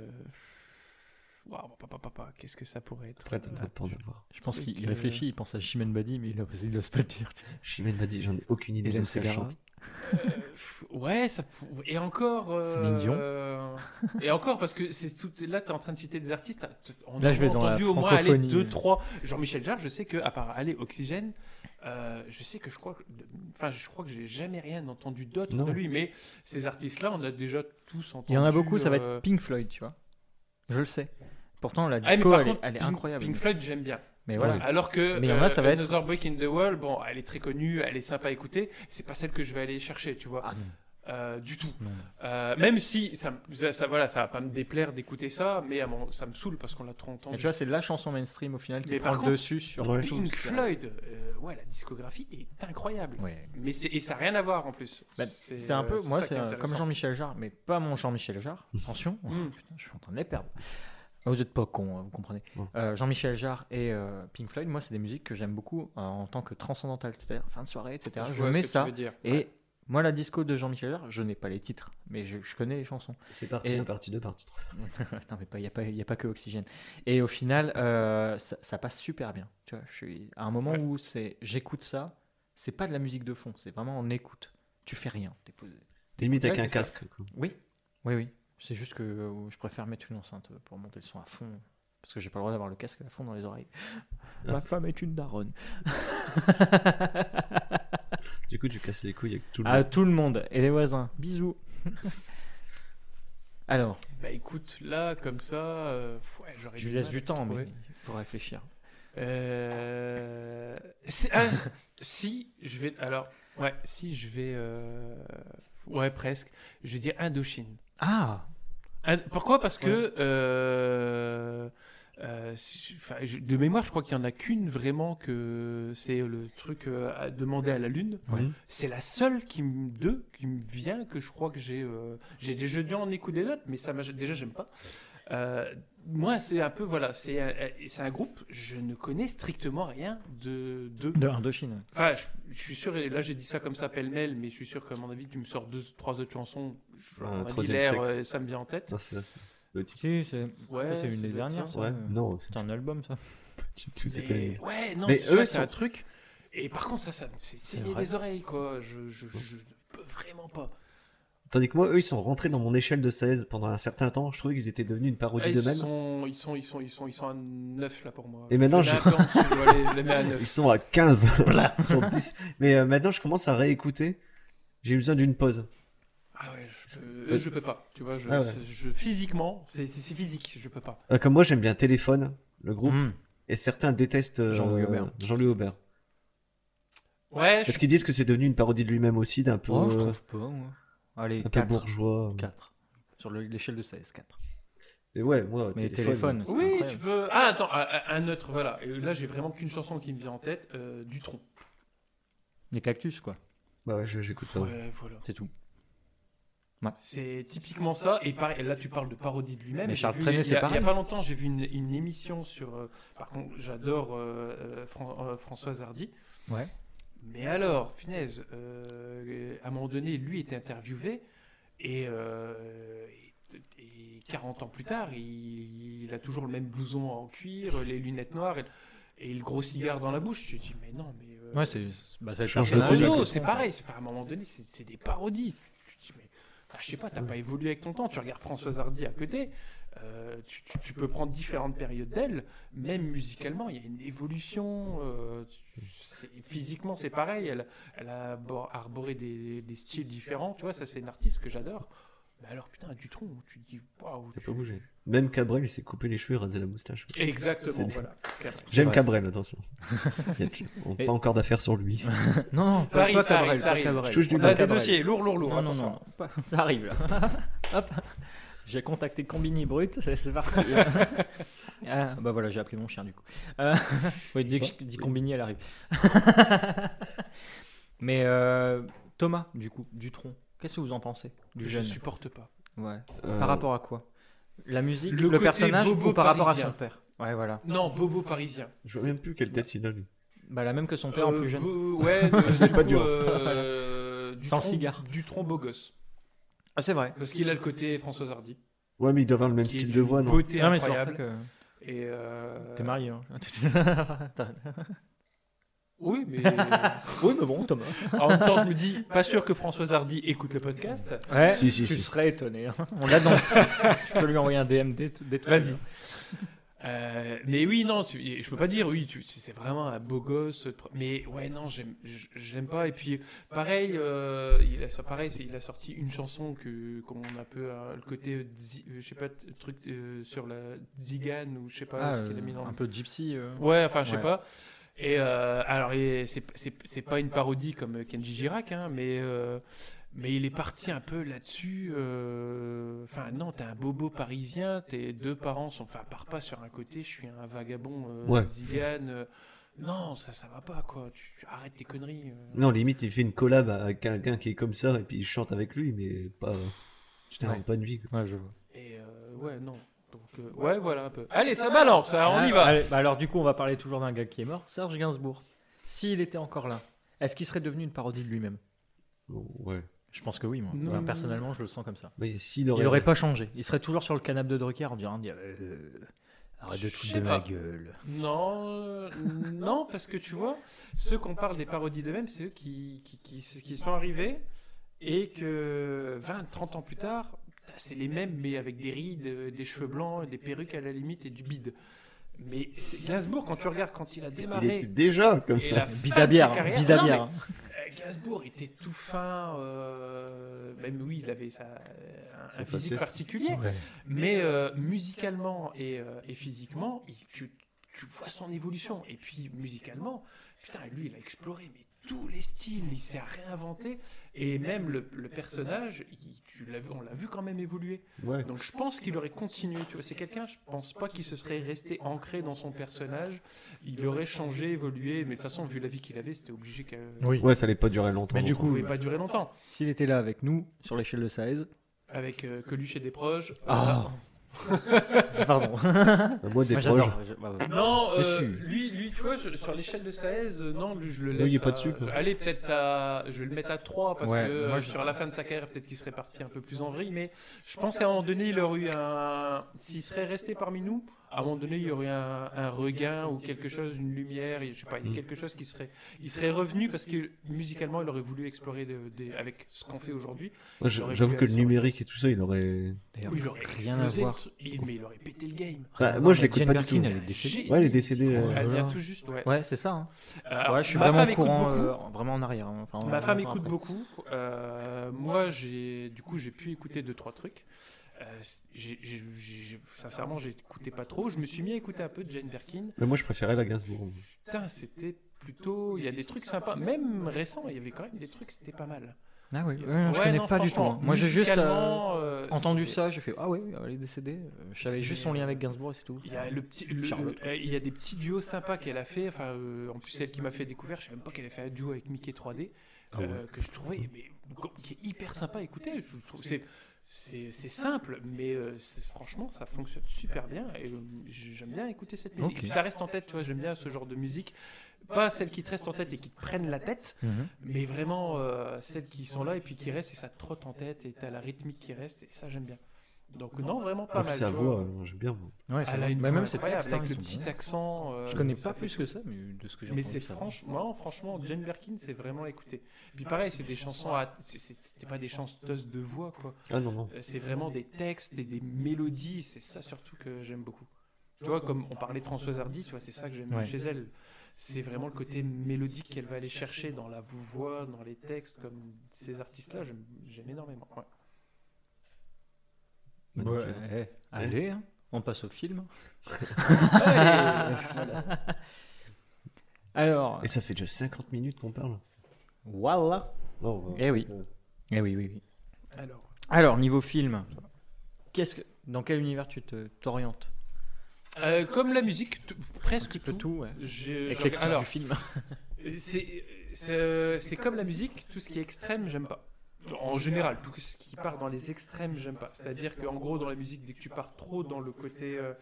D: waouh, pa- pa- pa- pa, qu'est-ce que ça pourrait être
B: Après, t'as pas de pour d'avoir.
A: Je pense
D: Truc,
A: qu'il il
D: euh,
A: réfléchit, il pense à Chimène Badi, mais il n'ose il ose pas le dire. tu vois.
B: Chimène m'a dit, j'en ai aucune idée de
A: Hélène
B: ce qu'elle
A: Ségara.
B: chante.
D: Ouais, ça pou- et encore. euh,
A: Céline Dion.
D: euh, Et encore parce que c'est tout. Là, t'es en train de citer des artistes. t'as- On
A: Là, je vais
D: a
A: dans la
D: entendu au moins aller
A: francophonie.
D: deux, trois. Jean-Michel Jarre, je sais que à part aller Oxygène, euh, je sais que je crois, que- enfin, je crois que j'ai jamais rien entendu d'autre
B: Non.
D: de lui. Mais ces artistes-là, on a déjà tous entendu.
A: Il y en a beaucoup, ça va
D: euh,
A: être Pink Floyd, tu vois. Je le sais. Pourtant, la
D: ah, mais
A: disco,
D: par
A: elle, est-
D: contre,
A: elle est
D: Pink-
A: incroyable.
D: Pink Floyd, j'aime bien.
A: Mais voilà.
B: Oui.
D: Alors que euh,
A: Mais il y en a, ça va être-
D: Another Brick in the Wall, bon, elle est très connue, elle est sympa à écouter, c'est pas celle que je vais aller chercher, tu vois.
A: Ah, non.
D: Euh, du tout.
A: Non.
D: Euh, même si ça, me- ça, ça- voilà, ça va pas me déplaire d'écouter ça, mais à mon- ça me saoule parce qu'on l'a trop
A: Mais
D: entendu.
A: tu vois, c'est de la chanson mainstream au final qui
D: Mais
A: prend
D: par
A: le
D: contre,
A: dessus sur
B: Ouais.
A: tout
D: Pink
A: ce qui
D: Floyd, euh, ouais, la discographie est incroyable.
A: reste. Ouais.
D: Mais c'est et ça n'a rien à voir en plus.
A: Ben, c'est un peu,
D: euh,
A: moi,
D: ça qui
A: c'est
D: est
A: un-
D: intéressant.
A: comme Jean-Michel Jarre, mais pas mon Jean-Michel Jarre. Attention,
D: Mm.
A: putain, je suis en train de les perdre. Ah, Vous êtes pas cons, hein, vous comprenez.
B: Ouais.
A: Euh, Jean-Michel Jarre et euh, Pink Floyd, moi, c'est des musiques que j'aime beaucoup euh, en tant que transcendantal, c'est-à-dire fin de soirée, etc. Je,
D: vois ce
A: mets
D: que tu
A: ça.
D: veux dire.
A: Et moi, la disco de Jean-Michel Jarre, je n'ai pas les titres, mais je, je connais les chansons.
B: C'est parti
A: Et-
B: 1, partie 2, partie 3.
A: non, mais il n'y a, pas- y a pas que Oxygène. Et au final, euh, ça, ça passe super bien. Tu vois, je suis à un moment
D: Ouais.
A: où c'est j'écoute ça, c'est pas de la musique de fond, c'est vraiment en écoute. Tu fais rien, t'es posé.
B: Limite avec
D: Ouais,
B: un
D: c'est ça.
B: casque. quoi.
A: Oui, oui, oui. C'est juste que euh, je préfère mettre une enceinte euh, pour monter le son à fond. Parce que j'ai pas le droit d'avoir le casque à fond dans les oreilles. Ma femme est une daronne.
B: Du coup, tu casses les couilles avec tout le
A: à
B: monde.
A: tout le monde et les voisins. Bisous. Alors,
D: Bah écoute, là, comme ça, euh, pff, ouais, j'aurais
A: je lui laisse
D: mal
A: du
D: à
A: temps
D: trouver.
A: mais pour réfléchir.
D: Euh, c'est- ah, si je vais alors ouais si je vais euh, ouais presque je vais dire Indochine.
A: Ah
D: Ind- Pourquoi Parce que euh, euh, si- enfin, je- de mémoire je crois qu'il y en a qu'une vraiment que c'est le truc euh, à demander à la lune.
A: Ouais.
B: Mhm.
D: C'est la seule qui me deux qui me vient que je crois que j'ai euh, j'ai déjà dû en écouter d'autres, mais ça m'a déjà j'aime pas. Euh, moi c'est un peu voilà c'est un, euh, c'est un groupe je ne connais strictement rien de de
A: De Indochine. ouais.
D: enfin je, je suis sûr et là j'ai dit ça comme ça pêle-mêle mais je suis sûr qu'à mon avis tu me sors deux trois autres chansons genre,
B: Un
D: à mon avis,
B: troisième
D: l'air,
B: sexe.
D: euh, ça me vient en tête
B: Non, c'est ça. Le titre.
A: Si, c'est
D: ouais
A: Ça, c'est une des
D: ça doit être
A: dernières,
D: ça.
A: ça. euh,
B: Ouais, non,
A: c'est un album ça.
B: du tout, c'est pas les-
D: Mais- ouais, non,
B: Mais
D: c'est- tu vois,
B: eux
D: c'est
B: sont-
D: un truc. Et par contre, ça, ça me fait saigner
A: vrai.
D: des oreilles, quoi. Je, je, je, je ne peux vraiment pas.
B: Tandis que moi, eux, ils sont rentrés dans mon échelle de 16 pendant un certain temps. Je trouvais qu'ils étaient devenus une
D: Ah,
B: parodie
D: ils,
B: d'eux-mêmes.
D: sont, ils sont, ils sont, ils sont, ils sont à 9 là pour moi.
B: Et maintenant,
D: je.
B: je-
D: les mets à 14, je dois les- les mets à 9.
B: Ils sont à 15. Voilà, ils sont 10. Mais euh, maintenant, je commence à réécouter. J'ai eu besoin d'une pause.
D: Ah ouais, je peux, eux, je peux pas. Tu vois, je,
B: Ah ouais.
D: je- physiquement, c'est c'est- c'est physique, je peux pas.
B: Euh, comme moi, j'aime bien Téléphone, le groupe.
A: Mm.
B: Et certains détestent euh,
A: Jean-Louis Aubert.
B: Jean-Louis Aubert.
D: Ouais, je
B: Parce qu'ils disent que c'est devenu une parodie de lui-même aussi, d'un peu,
A: Oh, je
B: euh,
A: trouve pas. moi. Allez,
B: un peu
A: 4.
B: bourgeois.
A: 4. Sur le- l'échelle de 16, 4.
B: Et ouais, moi,
A: Mais
B: téléphone.
A: téléphone, c'est
D: Oui,
A: incroyable.
D: tu peux. Ah, attends, un- un un autre, voilà. Et là, j'ai vraiment qu'une chanson qui me vient en tête euh, Dutron.
A: Les cactus, quoi.
B: Bah ouais, je- j'écoute pas.
D: Ouais, voilà.
A: C'est tout.
D: C'est typiquement ça. Et pareil, là, tu parles de parodie de lui-même.
A: Mais
D: J'ai
A: Charles
D: vu-
A: Trenet,
D: il y a-
A: c'est pareil.
D: Il n'y a pas longtemps, j'ai vu une, une émission sur. euh, par contre, j'adore euh, euh, Fran- euh, Françoise Hardy.
A: Ouais.
D: Mais alors, punaise, euh, à un moment donné, lui était interviewé. Et, euh, et- et 40 ans plus tard, il, il a toujours le même blouson en cuir, les lunettes noires et, et le gros cigare dans la bouche. Tu te dis, mais non, mais. euh,
A: Ouais, c'est bah, c'est le personnage.
B: Change de
D: c'est un
B: Tony,
D: jeu,
B: quoi.
D: c'est pareil. c'est- À un moment donné, c'est c'est des parodies. Tu- tu- tu- mais, bah, je sais pas, t'as pas évolué avec ton temps. Tu regardes Françoise Hardy à côté. euh, tu, tu- tu peux prendre différentes périodes d'elle, même musicalement, il y a une évolution. euh, tu- c'est- physiquement, c'est pareil. Elle, elle a bo- arboré des, des styles différents. Tu vois, ça, c'est une artiste que j'adore. Mais alors, putain, Dutron, tu te dis, waouh.
B: T'as
D: tu-
B: pas bougé. Même Cabrel, il s'est coupé les cheveux et rasé la moustache. C'est
D: Exactement,
B: dit.
D: voilà.
B: J'aime
A: vrai.
B: Cabrel, attention. Il y a tu- on-
A: Et-
B: Pas encore d'affaires sur lui.
A: Non, non,
D: Ça arrive, ça arrive, ça
A: pas
D: arrive.
A: Cabrel.
B: Je touche du
A: On
D: On
A: a
D: a
B: bois.
D: des
A: Cabrel.
D: dossiers lourds, lourds.
A: Non, non,
D: attention.
A: non, non, pas- hein, ça arrive là. Hop, j'ai contacté Combini Brut, c'est c'est parti. Euh. Ah, bah voilà, j'ai appelé mon chien du coup. Euh, oui, dès que je dis Combini, elle arrive. Mais euh, Thomas, du coup, Dutron, qu'est-ce que vous en pensez du
D: Je
A: jeune
D: supporte pas.
A: ouais.
B: Euh,
A: Par rapport à quoi La musique,
D: le
A: le,
D: côté
A: personnage
D: bobo
A: ou par rapport à
D: parisien.
A: son père Ouais, voilà.
D: Non, Bobo parisien.
B: Je vois même plus quelle tête il a, lui.
A: Bah, la même que son père en
D: Euh,
A: plus jeune.
D: vous- ouais, de-
B: Ah, C'est
D: du
B: pas
D: coup,
B: dur.
D: euh, du
A: Sans
D: tronc-
A: cigare.
D: Du tronc beau gosse.
A: Ah, c'est vrai.
D: Parce qu'il a le côté François Hardy.
B: Ouais, mais il doit avoir le même
D: qui est
B: style de
D: d'une
B: voix, non
D: Beauté
A: Non, mais c'est pour ça
D: incroyable.
A: que
D: Et euh,
A: t'es marié. hein. T'as-
D: Oui, mais euh,
A: oui, mais bon, Thomas.
D: en même temps, je me dis, pas sûr que François Hardy écoute le podcast.
A: Ouais,
B: Si, si,
A: tu
B: si.
A: serais étonné. hein. On l'a dans. je peux lui envoyer un DM dès, dès tout à
D: Vas-y. Ah,
A: l'heure.
D: Euh, mais oui, non, c'est- je peux pas dire, oui, tu- c'est vraiment un beau gosse. Mais ouais, non, j'aime j- j'aime pas. Et puis, pareil, euh, il, a, pareil c'est- il a sorti une chanson que- qu'on a un peu euh, le côté, euh, zi- euh, je sais pas, t- truc euh, sur la zigane ou je sais pas
A: Ah,
D: ce qu'il a mis
A: euh,
D: dans
A: un peu gypsy. euh.
D: Ouais, enfin, je sais
A: Ouais.
D: pas. Et euh, alors, et c'est c'est- c'est pas une parodie comme Kenji Girac, hein, mais, euh, mais il est parti un peu là-dessus. euh, Enfin, non, t'es un bobo parisien, tes deux parents sont. Enfin, part pas sur un côté, je suis un vagabond euh,
B: Ouais.
D: zigane. euh, non, ça, ça va pas, quoi. Tu, tu arrêtes tes conneries. euh.
B: Non, limite, il fait une collab avec quelqu'un qui est comme ça et puis il chante avec lui, mais pas. Tu t'inventes
A: Ouais.
B: pas une vie. quoi.
A: Ouais, je vois.
D: Et euh, ouais, non. Donc, euh, ouais, voilà un peu. Allez, ça balance, ça, on y va.
A: Allez, bah alors du coup, on va parler toujours d'un gars qui est mort, Serge Gainsbourg. S'il était encore là, est-ce qu'il serait devenu une parodie de lui-même
B: Bon, ouais.
A: Je pense que oui, moi.
D: Non.
A: Enfin, personnellement, je le sens comme ça.
B: Mais s'il
A: Il
B: aurait.
A: n'aurait pas changé. Il serait toujours sur le canapé de Drucker en disant euh, Arrête de
D: Je
A: te
D: sais
A: foutre de ma
D: pas.
A: gueule.
D: Non, euh, non, parce que tu vois, ceux qu'on parle des parodies d'eux-mêmes, c'est eux qui, qui, qui- qui sont arrivés et que 20, 30 ans plus tard, putain, c'est les mêmes, mais avec des rides, euh, des cheveux blancs, des perruques à la limite et du bide. Mais c'est- Gainsbourg, quand tu regardes quand il a
B: Il
D: démarré.
B: était déjà comme
D: et la
B: ça.
D: fin
A: Bide
D: de
A: à
D: sa
A: bière, hein,
D: carrière-
A: bide à
D: Non, mais,
A: bière.
D: euh, Gainsbourg était tout fin, euh, même oui, il avait sa, un-
B: Sa
D: un physique
B: faciès.
D: particulier. Mais euh, musicalement et, euh, et physiquement, il- tu, tu vois son évolution. Et puis musicalement, putain, lui, il a exploré mais tous les styles, il s'est réinventé. Et même le, le personnage, il- tu l'as vu- on l'a vu quand même évoluer.
B: Ouais.
D: Donc je pense qu'il aurait continué. Tu vois, c'est quelqu'un, je pense pas qu'il se serait resté ancré dans son personnage. Il aurait changé, évolué. Mais de toute façon, vu la vie qu'il avait, c'était obligé que.
A: Oui.
B: Ouais, ça allait pas durer longtemps.
A: Mais du
D: Du
B: longtemps.
D: coup, il pouvait pas durer longtemps.
A: S'il était là avec nous, sur l'échelle de 16,
D: Avec euh, Coluche et des proches.
A: Ah. pardon.
B: moi, des
A: Moi,
B: proches.
A: j'adore. Je- bah, bah.
D: Non, euh,
B: Monsieur.
D: lui, lui, tu vois, je- sur l'échelle de 16, euh, non, lui, je le
B: Non,
D: laisse.
B: il est pas
D: à-
B: dessus, quoi.
D: Allez, peut-être à. Je vais le mettre à 3 parce
A: Ouais,
D: que euh,
A: moi, je-
D: sur la fin de sa carrière, peut-être qu'il serait parti un peu plus en vrille. Mais je pense qu'à un moment donné, il aurait eu un. S'il serait resté parmi nous, à un moment donné, il y aurait un, un regain ou quelque chose, une lumière, je sais pas, il y a
B: Mm.
D: quelque chose qui serait. Il serait revenu parce que musicalement, il aurait voulu explorer de- des- avec ce qu'on fait aujourd'hui.
B: Moi, je-
D: j'aurais
B: J'avoue
D: voulu
B: que le
D: aller sur le-
B: numérique et tout ça, il aurait.
A: D'ailleurs,
D: Où il aurait
A: rien à
D: explosé le
A: voir.
D: truc. Il- Mais il aurait pété le game.
B: Bah,
A: Non,
B: moi, je
A: mais
B: l'écoute
A: Jane
B: pas du tout.
A: Birkin, elle est décédée.
D: Génie.
B: Ouais, il est décédé. euh,
A: Oh là
D: Elle vient
A: là.
D: tout juste, ouais.
A: Ouais, c'est ça. hein.
D: Alors,
A: ouais, je suis
D: Euh, ma
A: vraiment
D: femme
A: au
D: écoute
A: courant,
D: beaucoup.
A: euh, vraiment en arrière. hein. Enfin,
D: Ma
A: en-
D: femme
A: en-
D: écoute
A: après.
D: beaucoup. Euh, moi, j'ai du coup, j'ai pu écouter deux trois trucs. Euh, j'ai- j'ai- j'ai- sincèrement, j'écoutais pas trop. Je me suis mis à écouter un peu de Jane Birkin.
B: Mais moi, je préférais la hein. Gainsbourg.
D: Putain, c'était plutôt. Il y a des trucs sympas, même récents. Il y avait quand même des trucs, c'était pas mal.
A: Ah oui, ouais, je
D: Ouais,
A: connais
D: non,
A: pas du tout.
D: franchement,
A: hein. Moi, j'ai juste euh,
D: musicalement, euh,
A: entendu
D: c'est-
A: ça, j'ai fait Ah ouais, elle est décédée. Euh, Je savais
D: C'est-
A: juste son lien avec Gainsbourg et c'est tout.
D: Il y a le petit, le-
A: Charlotte.
D: euh, il y a des petits duos sympas qu'elle a fait. Enfin, euh, en plus celle qui m'a fait découvrir, je sais même pas qu'elle a fait un duo avec Mickey 3D
B: Ah ouais.
D: euh, que je trouvais, mais oh, qui est hyper sympa à écouter. Je trouve c'est c'est c'est simple, mais euh, c'est- franchement ça fonctionne super bien et euh, j'aime bien écouter cette
B: Ok.
D: musique. Ça reste en tête, tu vois. J'aime bien ce genre de musique, pas celles qui te restent en tête et qui te prennent la tête,
A: Mhm.
D: mais vraiment euh, celles qui sont là et puis qui restent et ça te trotte en tête et t'as la rythmique qui reste et ça j'aime bien. Donc non vraiment pas
B: Et
D: mal.
B: puis sa
D: tu vois.
B: voix, euh, j'aime bien. moi.
A: Ouais, c'est
D: Elle a
A: vrai.
D: une
A: Bah,
D: voix
A: même ses
D: incroyable,
A: textes, hein,
D: avec le
A: ils sont
D: petit
A: bons.
D: accent. euh,
A: Je connais
D: ça
A: pas
D: fait-
A: plus que ça, mais de ce que j'ai
D: Mais
A: entendu,
D: c'est
A: ça va.
D: franchement, franchement, Jane Birkin, c'est vraiment écouté. Puis pareil, Ah, c'est des chansons, à... c'est- c'est- c'était pas des chanteuses de voix quoi.
B: Ah non, non.
D: Euh, C'est vraiment des textes et des mélodies. C'est ça surtout que j'aime beaucoup. Tu vois, comme on parlait de Françoise Hardy, tu vois, c'est ça que j'aime
A: Ouais.
D: chez elle. C'est vraiment le côté mélodique qu'elle va aller chercher dans la voix, dans les textes, comme ces artistes-là, j'aime- j'aime énormément. ouais.
A: Ouais,
B: Nickel.
A: eh, allez, hein. on passe au film.
D: Allez
A: Alors,
B: Et ça fait déjà 50 minutes qu'on parle.
A: voilà.
B: Oh, ouais.
A: Eh oui. Eh oui, oui, oui.
D: Alors.
A: Alors, niveau film, qu'est-ce que, dans quel univers tu te- t'orientes
D: Euh, comme la musique, tout-
A: Un
D: presque
A: petit peu
D: tout.
A: tout, ouais.
D: J'ai-
A: Avec
D: j'en-
A: les titres
D: Euh, alors,
A: du film.
D: c'est- c'est euh, c'est comme la musique, tout ce qui est extrême, j'aime pas. En général, tout ce qui part dans les extrêmes, j'aime pas. C'est-à-dire qu'en gros, dans la musique, dès que tu pars trop dans le côté euh,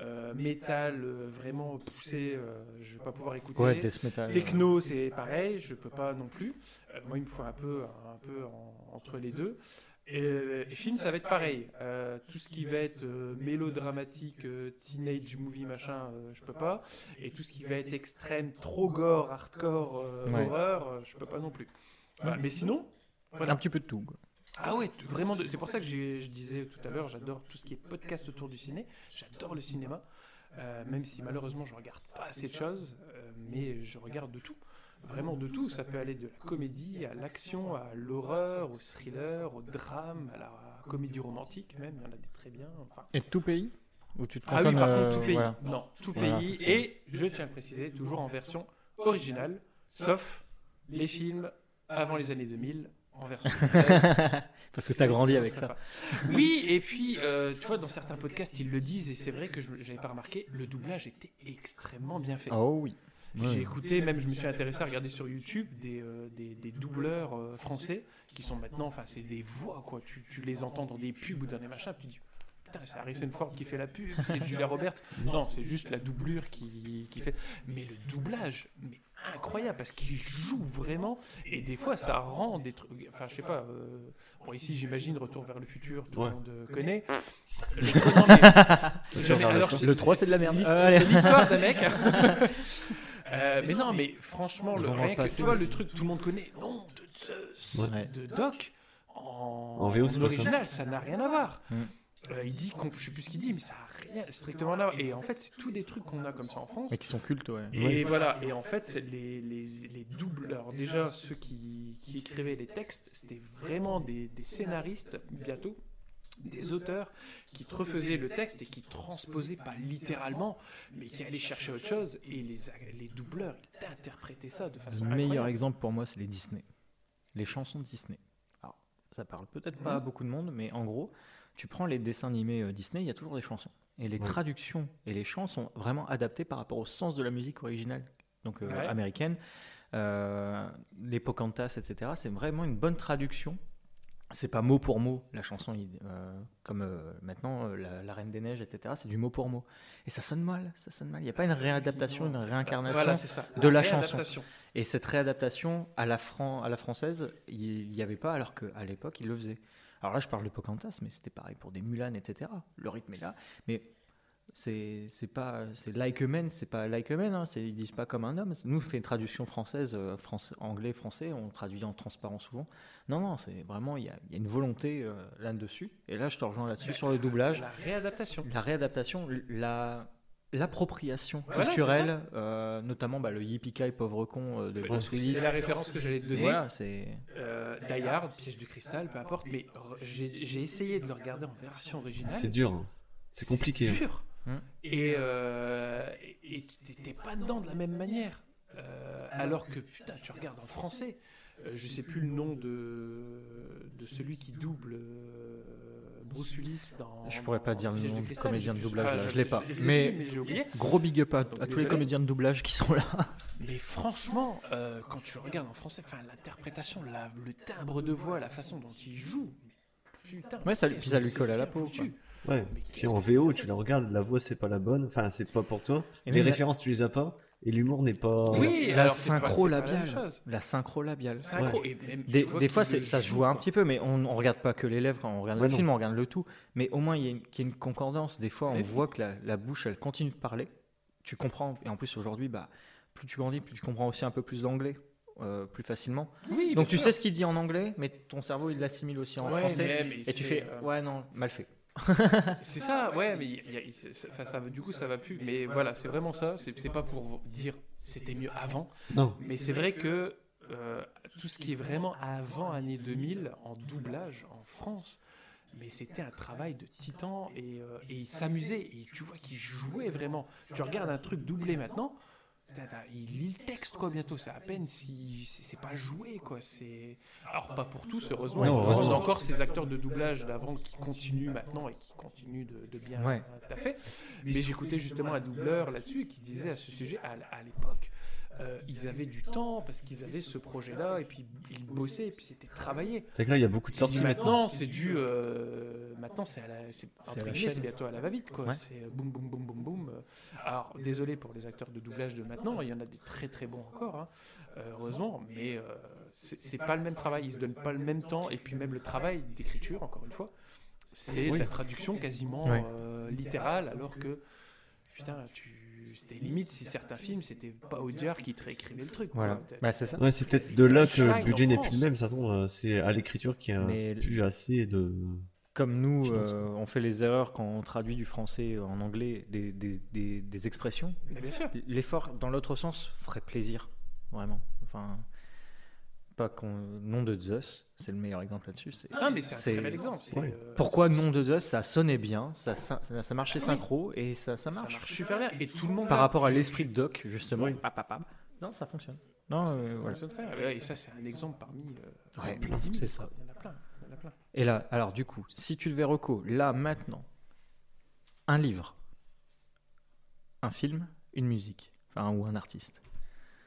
D: euh, métal, euh, vraiment poussé, euh, je vais pas pouvoir écouter.
A: Ouais, Death Metal.
D: Techno, c'est pareil, je peux pas non plus. Euh, moi, il me faut un peu, un peu en- entre les deux. Et, euh, et film, ça va être pareil. Euh, tout ce qui va être euh, mélodramatique, euh, teenage movie, machin, euh, je peux pas. Et tout ce qui va être extrême, trop gore, hardcore, euh,
A: Ouais.
D: horreur, euh, je peux pas non plus. Voilà. Mais sinon,
A: Un petit peu de tout. quoi.
D: ah ouais, t- vraiment. de- C'est pour ça que j'ai- je disais tout à l'heure, j'adore tout ce qui est podcast autour du ciné. J'adore le cinéma. euh, même si malheureusement je regarde pas assez de choses, euh, mais je regarde de tout. Vraiment de tout, ça peut aller de la comédie à l'action, à l'horreur, au thriller, au drame, à la comédie romantique même, il y en a des très bien. Enfin,
A: Et tout pays Ou tu te
D: ah oui,
A: cantonnes,
D: par
A: euh,
D: contre, tout pays.
A: voilà.
D: Non, tout
A: Voilà,
D: pays.
A: parce que-
D: Et je tiens à le préciser, toujours en version originale, sauf les films avant les années 2000 en version française.
A: Parce que t'as grandi avec
D: C'est
A: ça.
D: sympa. Oui, et puis, euh, tu vois, dans certains podcasts, ils le disent, et c'est vrai que je n'avais pas remarqué, le doublage était extrêmement bien fait.
A: Oh oui.
D: J'ai écouté, même je me suis intéressé à regarder sur YouTube des, euh, des, des doubleurs euh, français qui sont maintenant, enfin, c'est des voix, quoi. Tu, tu les entends dans des pubs ou dans des machins, tu te dis. Putain, c'est Harrison Ford qui fait la pub, c'est Julia Roberts. Non, c'est juste la doublure qui, qui fait. Mais le doublage, mais incroyable, parce qu'il joue vraiment. Et des fois, ça rend des trucs. Enfin, je sais pas. euh, Bon, ici, j'imagine Retour vers le futur, tout
B: Ouais.
D: le monde euh, connaît. Le- non, mais-
B: Retour
D: j'avais-
B: vers le
D: alors,
A: Le 3, c'est de la merde.
D: l'his-
A: Euh, allez.
D: C'est l'histoire d'un mec. hein. Euh, mais non, mais franchement, le,
A: Ils vont
D: rien que,
A: repasser
D: tu vois,
A: aussi.
D: le truc, tout le monde connaît, nom de Zeus,
A: Ouais.
D: de Doc, en,
B: En VO, c'est pas ça.
D: original, ça n'a rien à voir.
A: Mm.
D: Euh, il dit, qu'on- je sais plus ce qu'il dit, mais ça n'a rien strictement à voir. Et en fait, c'est tous des trucs qu'on a comme ça en France.
A: Mais qui sont cultes, ouais.
D: Et voilà, et en fait, c'est les, les, les doubleurs, déjà ceux qui, qui écrivaient les textes, c'était vraiment des, des scénaristes, bientôt, des auteurs qui te refaisaient le texte et qui transposaient, pas littéralement, mais qui allaient chercher autre chose, et les, les doubleurs, ils interprétaient ça de façon
A: Le meilleur
D: incroyable.
A: exemple pour moi, c'est les Disney. Les chansons de Disney. Alors, ça parle peut-être pas à
D: Mhm.
A: beaucoup de monde, mais en gros, tu prends les dessins animés euh, Disney, il y a toujours des chansons. Et les
B: Ouais.
A: traductions et les chants sont vraiment adaptés par rapport au sens de la musique originale, donc euh,
D: Ouais.
A: américaine. Euh, les Pocantas, etc. C'est vraiment une bonne traduction. C'est pas mot pour mot la chanson, il- euh, comme euh, maintenant euh, la, la Reine des Neiges, etc. C'est du mot pour mot. Et ça sonne mal, ça sonne mal. Il n'y a pas une réadaptation, une réincarnation.
D: Voilà, c'est ça.
A: de la
D: réadaptation.
A: Et cette réadaptation à la, Fran- à la française, il n'y avait pas, alors qu'à l'époque, il le faisait. Alors là, je parle de Pocahontas, mais c'était pareil pour des Mulan, etc. Le rythme est là, mais c'est c'est pas c'est like a man, c'est pas like a man, hein, c'est- ils disent pas comme un homme. Nous, on fait une traduction française, euh, français- anglais, français, on traduit en transparent souvent. Non, non, c'est vraiment, il y a, il y a une volonté euh, là-dessus. Et là, je te rejoins là-dessus sur le doublage.
D: La réadaptation.
A: La réadaptation, la l'appropriation
D: Voilà, c'est
A: culturelle, euh, notamment bah, le Yippie pauvre con euh, de
D: Ouais,
A: Bruce Willis.
D: C'est la référence que j'allais te
A: Et
D: donner.
A: Voilà, c'est.
D: Euh, Die Hard, Piège de cristal, peu importe, mais re- j'ai j'ai essayé de le regarder en version originale.
B: C'est dur. hein. C'est compliqué.
D: C'est
B: hein.
D: dur.
A: Hum.
D: Et, euh, et et t'étais pas dedans de la même manière. Euh, alors que, putain, tu regardes en français. Euh, je sais plus le nom de, de celui qui double euh, Bruce Willis dans.
A: Je pourrais pas
D: dans
A: dire le
D: Piège
A: nom
D: de
A: du
D: Cristal,
A: comédien
D: j'ai
A: de
D: plus-
A: doublage, là, je l'ai pas.
D: Je,
A: Mais-
D: mais j'ai oublié.
A: Gros big up à, à tous les
D: Désolé.
A: comédiens de doublage qui sont là.
D: Mais franchement, euh, quand tu le regardes en français, enfin, l'interprétation, la- le timbre de voix, la façon dont il joue. Putain,
A: Ouais, ça lui-
D: qu'est-ce
A: puis ça
D: que
A: lui
D: c'est
A: colle à la
D: bien
A: peau,
D: foutu.
A: quoi.
B: Ouais.
D: Mais
B: Puis en VO, tu la regardes, la voix c'est pas la bonne, enfin c'est pas pour toi.
A: Et
B: les
A: même la-
B: références tu les as pas et l'humour n'est pas.
D: Oui,
A: la
D: alors c'est pas-
A: synchro
D: c'est pas la même
A: labiale.
D: chose.
A: La synchro labiale.
D: Synchro, et même, tu
A: Des,
D: vois
A: des
D: qu'il
A: fois,
D: le
A: c'est- ça se
D: joue,
A: joue un
D: quoi.
A: petit peu, mais on ne regarde pas que les lèvres quand on regarde
B: Ouais,
A: le
B: non.
A: film, on regarde le tout. Mais au moins, il y a une, qu'il y ait une concordance. Des fois, on
D: Mais-
A: voit que la, la bouche, elle continue de parler. Tu comprends. Et en plus, aujourd'hui, bah, plus tu grandis, plus tu comprends aussi un peu plus d'anglais, euh, plus facilement.
D: Oui,
A: Donc, tu sais ce qu'il dit en anglais, mais ton cerveau, il l'assimile aussi en français. Et euh, tu fais, ouais, non, mal fait.
D: C'est ça, ouais, mais il y a- il- c'est- c'est- enfin, ça, va- du coup, ça va plus. Mais voilà, c'est vraiment ça. C'est c'est pas pour dire c'était mieux avant,
B: Non.
D: mais c'est vrai que euh, tout ce qui est vraiment avant année 2000 en doublage en France. Mais c'était un travail de titan et, euh, et ils s'amusaient et tu vois qu'ils jouaient vraiment. Tu regardes un truc doublé maintenant, Putain, t'as- Il lit le texte, quoi, bientôt. C'est à peine si si c'est pas joué, quoi. C'est alors pas pour tous, heureusement.
B: Non,
D: Heureusement,
B: heureusement.
D: encore ces acteurs de doublage d'avant qui continuent maintenant et qui continuent de, de bien
A: Ouais.
D: euh, taffer. Mais j'écoutais justement un doubleur là-dessus qui disait à ce sujet à, l- à l'époque, euh, ils avaient du temps parce qu'ils avaient ce projet-là et puis ils bossaient et puis c'était travaillé.
B: C'est que là il y a beaucoup de
D: Il dit,
B: sorties
D: maintenant,
B: maintenant.
D: c'est du euh, maintenant c'est à la c'est entre
A: à la
D: guillemets,
A: chaîne.
D: c'est bientôt à la va-vite quoi.
A: Ouais.
D: C'est euh, boum boum boum boum boum. Alors désolé pour les acteurs de doublage de maintenant, il y en a des très très bons encore, hein, euh, heureusement, mais euh, c'est c'est pas le même travail, ils se donnent pas le même temps et puis même le travail d'écriture encore une fois, c'est de
B: Oui.
D: la traduction quasiment
A: Ouais.
D: euh, littérale alors que putain tu c'était limite si certains films c'était pas Audiard qui te réécrivait le truc. quoi.
A: Voilà.
D: T'as-
A: Bah, c'est ça.
B: Ouais, c'est peut-être de là que
D: Schneid en
B: le budget n'est plus
D: France.
B: le même, ça tombe. euh, C'est à l'écriture qui a
A: Mais-
B: plus assez de.
A: Comme nous,
B: Je pense.
A: euh, on fait les erreurs quand on traduit du français en anglais des, des- des- des expressions.
D: Mais bien sûr.
A: L'effort dans l'autre sens ferait plaisir, vraiment. Enfin, pas qu'on. Nom de Zeus, c'est le meilleur exemple là-dessus. c'est-
D: Ah, mais c'est un très bel exemple. c'est,
B: Ouais.
D: euh,
A: Pourquoi nom de Zeus Ça sonnait bien, ça, ça, ça marchait synchro et ça, ça
D: Ah ça
A: marche.
D: marche super bien. Et tout le monde.
A: Par rapport à l'esprit de Doc, justement.
B: Oui.
A: Pa, pa, pa. Non, ça fonctionne. Non, euh, voilà.
D: Et ça, c'est un exemple parmi. euh,
A: Ouais,
D: parmi 10 000,
A: c'est ça.
D: quoi. Il y en a plein. il y en a plein.
A: Et là, alors du coup, si tu devais reco, là, maintenant, un livre, un film, une musique, enfin, ou un artiste.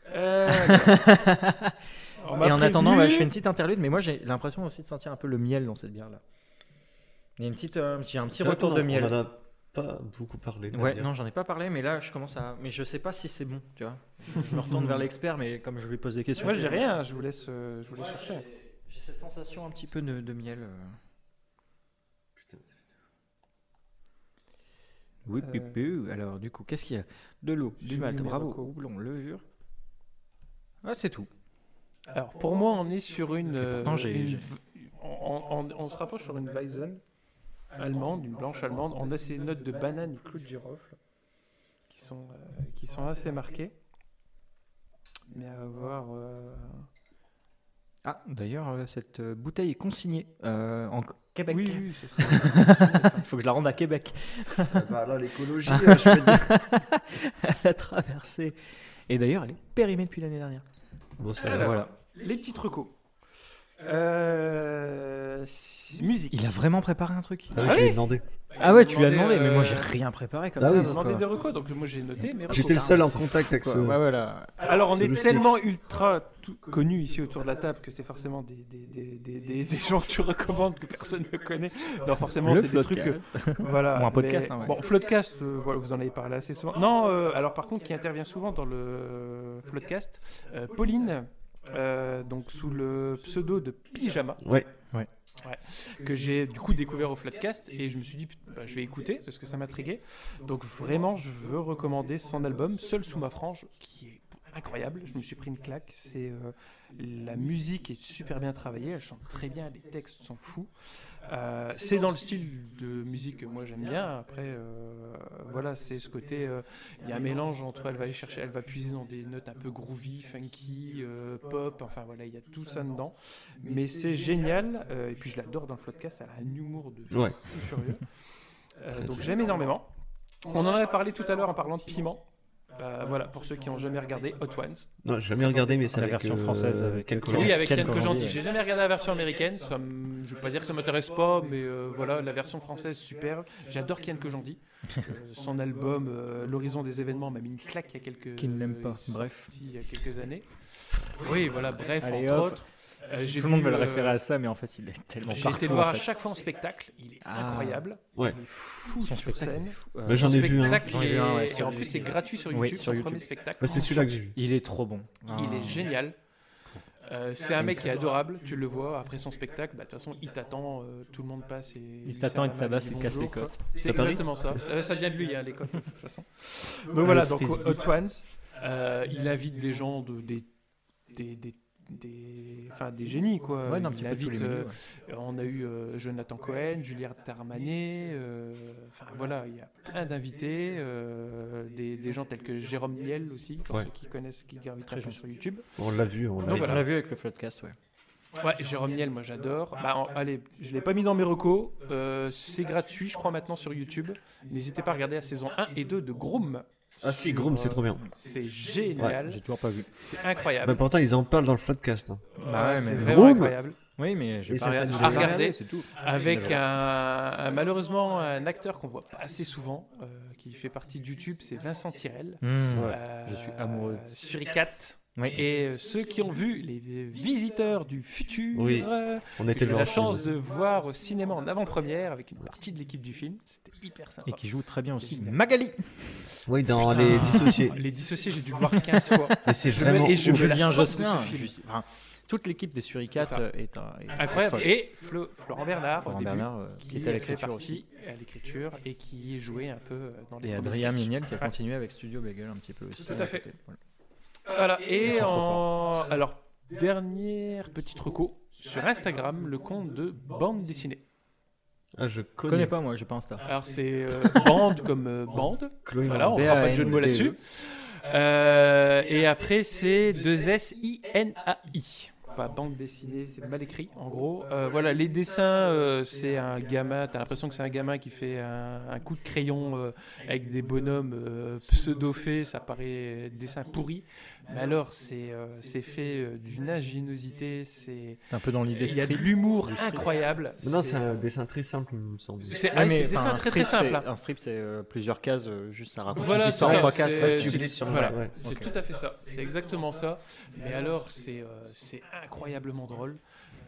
D: On
A: Et
D: m'a
A: en attendant, bah,
D: prévenu.
A: je fais une petite interlude, mais moi j'ai l'impression aussi de sentir un peu le miel dans cette bière-là. Il y a une petite, euh, j'ai un petit
B: C'est vrai
A: retour
B: qu'on
A: de
B: en-
A: miel.
B: On en a pas beaucoup parlé.
A: Ouais,
B: d'ailleurs.
A: non, j'en ai pas parlé, mais là, je commence à. Mais je sais pas si c'est bon, tu vois. Je me retourne vers l'expert, mais comme je lui pose des questions.
D: Moi, je dis rien. Je vous laisse, euh, je vous laisse chercher.
A: J'ai cette sensation un petit peu de, de miel. euh.
B: Putain, ça fait-
A: Oui,
D: Euh.
A: pu, pu. alors du coup, qu'est-ce qu'il y a De l'eau, du
D: J'ai
A: malt,
D: mis mes
A: bravo,
D: locaux.
A: houblon, levure. Ah, c'est tout.
D: Alors, pour moi, on est sur une.
A: Et pourtant,
D: euh,
A: j'ai-
D: une
A: j'ai-
D: v- on, on- on se rapproche sur une Weizen allemande, une blanche allemande. On a ces notes de banane et clou de girofle qui sont, euh, qui sont assez marquées. Mais à voir. euh,
A: Ah, d'ailleurs, euh, cette euh, bouteille est consignée euh, en Québec.
D: Oui, oui, c'est ça.
A: Il faut que je la rende à Québec.
B: Ah bah là, l'écologie, euh, je peux te dire.
A: elle a traversé. Et d'ailleurs, elle est périmée depuis l'année dernière.
B: Bon, ça
D: Alors,
B: va.
A: voilà.
D: Les petits recos. Euh, si- musique.
A: Il a vraiment préparé un truc.
B: Ah oui,
D: Ah
B: je
D: oui
B: l'ai demandé.
A: Ah ouais, tu lui as
D: Demandez,
A: demandé, mais moi
D: euh,
A: j'ai rien préparé comme
B: bah oui,
A: ça,
B: c'est
A: quoi.
D: demandé des recos, donc moi j'ai noté mes recos.
B: J'étais le seul en contact avec ce.
A: Quoi, Bah ouais, voilà.
D: Alors on
B: C'est
D: est
B: lustre.
D: tellement ultra tout- connu ici autour de la table que c'est forcément des, des, des, des, des- des gens que tu recommandes que personne ne connaît. Non, forcément
A: Le
D: c'est des trucs... que- voilà,
A: Ou un podcast,
D: mais-
A: hein, ouais.
D: Bon, Floodcast, euh, voilà, vous en avez parlé assez souvent. Non, euh, alors par contre, qui intervient souvent dans le Floodcast, euh, Pauline, euh, donc sous le pseudo de Pyjama.
B: Ouais.
A: Ouais.
D: Ouais. Que j'ai du coup découvert au Floodcast et je me suis dit, bah, je vais écouter parce que ça m'intriguait. Donc vraiment, je veux recommander son album Seul sous ma frange, qui est incroyable. Je me suis pris une claque. C'est euh, la musique est super bien travaillée, elle chante très bien, les textes sont fous. Euh, c'est dans le style de musique que moi j'aime bien. Après, euh, voilà, c'est ce côté. euh, Il y a un mélange entre elle va aller chercher, elle va puiser dans des notes un peu groovy, funky, euh, pop. Enfin voilà, il y a tout ça dedans. Mais c'est génial. euh, et puis je l'adore dans le podcast. Elle a un humour de
B: Ouais.
D: curieux. Euh, donc j'aime énormément. On en a parlé tout à l'heure en parlant de piment. Euh, voilà, pour ceux qui n'ont jamais regardé Hot Ones.
B: Non, j'ai jamais regardé, mais c'est
A: La
B: avec,
A: version
B: euh,
A: française avec-
B: Ken
A: Jean-
D: Oui, avec
A: Ken
D: Yann
A: Kojandi,
D: Kojandi.
A: ouais.
D: J'ai jamais regardé la version américaine. Ça me- Je ne veux pas dire que ça m'intéresse pas, mais euh, voilà, la version française, superbe. J'adore Yann Kojandi. Euh, son album euh, L'horizon des événements m'a mis une claque il y a quelques...
A: Qui ne l'aime pas, bref.
D: Il y a quelques années. Oui, voilà, bref,
A: Allez,
D: entre
A: hop.
D: autres. euh, j'ai
A: Tout le monde
D: vu,
A: va le
D: euh,
A: référer à ça, mais en fait, il est tellement
D: J'ai
A: partout.
D: été le voir
A: en
D: à
A: fait.
D: chaque fois en spectacle. Il est
A: Ah.
D: incroyable.
B: Ouais.
D: Il est fou
A: Son
D: sur
A: spectacle
D: scène.
A: est fou. Euh,
B: Bah, J'en ai
D: Son
B: vu un.
D: spectacle
A: J'en ai vu
D: est-
A: un, ouais,
D: et
A: sur
D: en
A: YouTube.
D: plus, c'est gratuit sur
A: Oui,
D: YouTube.
A: sur
D: son
A: YouTube.
D: premier spectacle.
B: Bah, c'est celui-là que j'ai vu.
A: Il est trop bon.
D: Il
A: Ah.
D: est génial. Euh, c'est un mec qui est adorable, tu le vois après son spectacle. bah, De toute façon, il t'attend, euh, tout le monde passe. Et
A: Il t'attend,
D: serre
A: il
D: la main,
A: tabasse,
D: dit
A: il te casse les
D: bonjour, quoi.
A: côtes.
D: C'est
B: À Paris
D: exactement ça. Euh, ça vient de lui, hein, les codes, de toute façon. Donc
A: Le
D: voilà, donc
A: frisbee.
D: Hot Ones, euh, il invite des gens, de, des, des, des, des- enfin, des génies, quoi.
A: Ouais, non, un
D: il
A: petit peu tous les
D: invite,
A: milieux,
D: euh,
A: ouais.
D: on a eu euh, Jonathan Cohen, Juliard Tarmanet, euh, enfin voilà, il y a plein d'invités, euh, des, des gens tels que Jérôme Niel aussi, pour
B: Ouais.
D: ceux qui connaissent, qui gravitent un peu
A: gentil.
D: sur YouTube.
B: On l'a vu, on l'a
D: Donc
A: On
B: vu.
D: voilà.
A: l'a vu avec le podcast, ouais.
D: Ouais, Jérôme Niel, moi j'adore. Bah, en- allez, je l'ai pas mis dans mes recos, euh, c'est gratuit, je crois, maintenant sur YouTube. N'hésitez pas à regarder la saison 1 et 2 de Groom,
B: Ah si, Groom,
A: Euh,
B: c'est trop bien.
D: c'est génial,
A: J'ai toujours pas vu.
D: c'est incroyable.
A: ah
B: Bah, pourtant, ils en parlent dans le podcast. hein.
A: Bah ouais,
D: c'est
A: mais-
D: vraiment
B: Groom
D: incroyable.
A: Oui, mais j'ai
B: Et
A: pas
B: ça
A: regardé. J'ai
B: t'a déjà
A: pas
D: regardé
A: regardé, c'est tout.
D: Avec un, un- malheureusement un acteur qu'on voit pas assez souvent, euh, qui fait partie de YouTube, c'est Vincent Tirel.
A: Mmh.
B: Ouais.
D: Euh,
A: je suis amoureux.
D: Suricate.
A: Oui.
D: Et euh, ceux qui ont vu les visiteurs du futur,
B: Oui.
D: euh,
B: On
D: que j'ai
B: était
D: eu
B: le
D: la
B: voir ensemble.
D: chance de voir au cinéma en avant-première avec une partie de l'équipe du film, c'était hyper sympa.
A: Et qui joue très bien aussi.
D: génial.
A: Magali
B: Oui, dans
D: Putain.
B: les dissociés.
D: Les dissociés, j'ai dû le voir 15 fois.
B: Mais c'est
D: me-
B: vraiment.
D: et je
B: ouf.
D: me la
A: Julien
D: sorte de ce
A: Josselin.
D: film.
A: Ju- enfin, toute l'équipe des Suricates
D: C'est ça.
A: euh, est, un- est
D: Incroyable.
A: folle.
D: Et Flo- Florent Bernard,
A: Florent
D: au début,
A: Bernard, euh, qui était à
D: a
A: l'écriture
D: fait
A: aussi.
D: partie à l'écriture et qui jouait un peu euh, dans les
A: Et
D: premiers
A: Adrien
D: sketchs.
A: Mignel qui a
D: Ouais.
A: continué avec Studio Bagel un petit peu aussi.
D: Tout à
A: euh,
D: fait.
A: côté. Voilà.
D: Voilà, et
A: sont trop
D: en... alors, dernière petite reco, sur Instagram, le compte de bande dessinée.
B: Ah,
A: Je
B: je connais,
A: connais pas moi, j'ai pas Insta.
D: Alors c'est euh, bande comme euh, bande.
B: Chloé
D: Voilà, on
B: Lambert.
D: fera pas de jeu de mots là-dessus. Euh, et après c'est 2S-I-N-A-I. Pas bande dessinée, c'est mal écrit en gros. Euh, voilà, les dessins, euh, c'est un gamin, t'as l'impression que c'est un gamin qui fait un, un coup de crayon euh, avec des bonhommes euh, pseudo-faits, ça paraît euh, dessin pourri. Mais alors, c'est euh, c'est fait euh, d'une ingéniosité, c'est...
A: C'est un peu dans l'idée
D: Il y a de
A: street.
D: l'humour
A: Du strip.
D: incroyable.
B: Mais Non, c'est un dessin très simple, il me semble.
D: C'est
A: Ouais,
D: ah, c'est
A: mais
D: des
A: enfin,
D: dessins
A: un
D: très
A: strip,
D: très
A: c'est-
D: simple. hein.
A: Un strip, c'est euh, plusieurs cases, euh, juste ça raconte
D: Voilà,
A: une
D: c'est
A: histoire
D: ça,
A: en trois cases.
D: c'est-
A: ouais,
B: tu
A: tu-
B: glisses sur
D: voilà.
B: le- ouais.
D: C'est
A: Ok.
D: tout à fait ça, c'est exactement ça. Mais alors, c'est euh, c'est incroyablement drôle.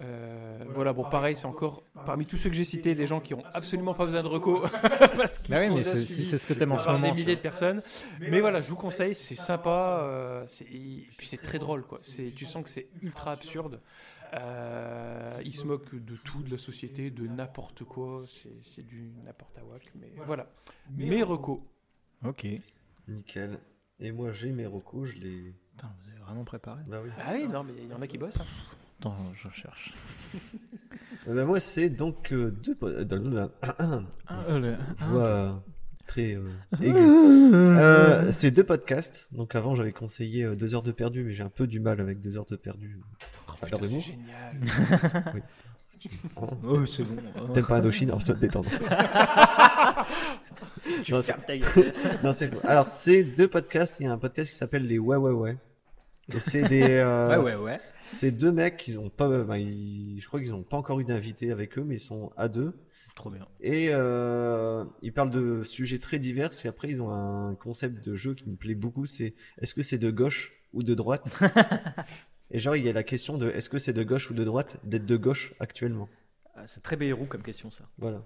D: Euh, voilà, bon, pareil, c'est encore parmi tous ceux que j'ai cités, des gens qui ont absolument pas besoin de recos parce qu'ils
A: Bah oui,
D: sont
A: mais
D: déjà
A: c'est- si
D: suivis
A: c'est ce que t'aimes en ce
D: par
A: moment.
D: des
A: tu
D: milliers de personnes. Mais voilà, je vous conseille, c'est sympa, euh, c'est- et puis c'est très drôle, quoi. C'est- Tu sens que c'est ultra absurde. Euh, ils se moquent de tout, de la société, de n'importe quoi. C'est c'est du n'importe à wak, mais voilà. Mes recos.
A: vois. Ok.
B: Nickel. Et moi, j'ai mes recos, je les.
A: Putain, vous avez vraiment préparé.
B: Bah oui.
D: Ah oui, non, mais il y en a qui bossent. hein.
A: Attends, je cherche.
B: Euh, bah, moi, c'est donc euh, deux. po- euh, blablabla.
A: Ah, euh, le- ah,
B: Voix euh, très euh,
D: Ah.
B: aiguë. Euh, c'est deux podcasts. Donc avant, j'avais conseillé euh, deux heures de perdu, mais j'ai un peu du mal avec deux heures de perdu.
D: Oh,
B: Faire
D: putain,
B: des mots.
D: c'est génial.
A: Oh, c'est bon. Oh.
B: T'aimes pas Indochine Alors, je dois te détendre.
A: Tu
B: Non,
A: fermes ta gueule.
B: Non, c'est faux. Alors, c'est deux podcasts. Il y a un podcast qui s'appelle les Ouais Ouais Ouais. Et c'est des. euh,
A: Ouais, ouais, ouais.
B: C'est deux mecs qui ont pas. ben, ils- je crois qu'ils n'ont pas encore eu d'invité avec eux, mais ils sont à deux.
A: Trop bien.
B: Et euh, ils parlent de sujets très divers. Et après, ils ont un concept de jeu qui me plaît beaucoup. C'est est-ce que c'est de gauche ou de droite Et genre, il y a la question de est-ce que c'est de gauche ou de droite d'être de gauche actuellement.
A: Ah, C'est très Bayrou comme question, ça.
B: Voilà.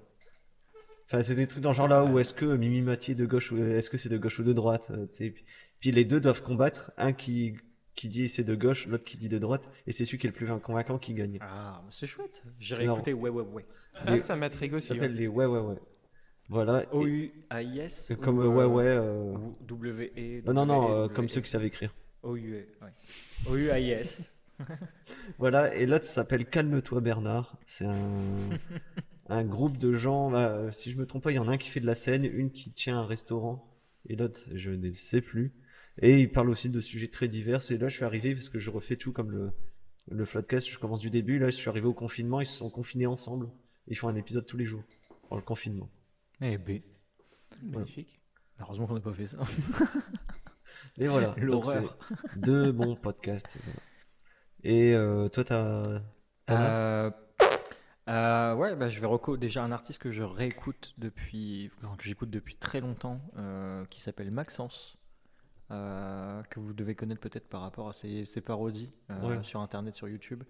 B: Enfin, c'est des trucs dans le genre là où est-ce que Mimi Mathieu est de gauche ou est-ce que c'est de gauche ou de droite euh, tu sais. Puis- Puis les deux doivent combattre. Un qui qui dit c'est de gauche, l'autre qui dit de droite, et c'est celui qui est le plus convaincant qui gagne.
A: Ah, mais c'est chouette. J'irai
B: C'est marrant.
A: écouter Ouais, ouais, ouais.
D: Ah, ça m'intrigue
B: Ça
D: aussi.
B: s'appelle les ouais ouais ouais. Voilà. Et-
A: O-U-A-I-S.
B: C'est comme
A: ou,
B: euh, ouais
A: euh,
B: ouais. euh,
A: ou
D: E
A: W-E.
B: Non non non, euh,
A: W-E.
B: comme ceux qui savent écrire.
A: O-U-E. ouais. O-U-A-I-S.
B: Voilà. Et l'autre s'appelle Calme-toi Bernard. C'est un un groupe de gens. là, euh, si je me trompe pas, il y en a un qui fait de la scène, une qui tient un restaurant, et l'autre je ne sais plus. Et ils parlent aussi de sujets très divers. Et là, je suis arrivé parce que je refais tout comme le le floodcast. Je commence du début. Là, je suis arrivé au confinement. Ils se sont confinés ensemble. Ils font un épisode tous les jours pendant le confinement.
A: Eh B.
D: hein. Magnifique.
A: Heureusement qu'on n'a pas fait ça.
B: Et voilà. donc c'est
A: L'horreur.
B: Deux bons podcasts. voilà. Et euh, toi, t'as. t'en as
A: Euh, euh, ouais, bah, je vais reco déjà un artiste que je réécoute depuis, enfin, que j'écoute depuis très longtemps, euh, qui s'appelle Maxence, euh, que vous devez connaître peut-être par rapport à ses, ses parodies euh,
B: Ouais.
A: sur Internet, sur YouTube,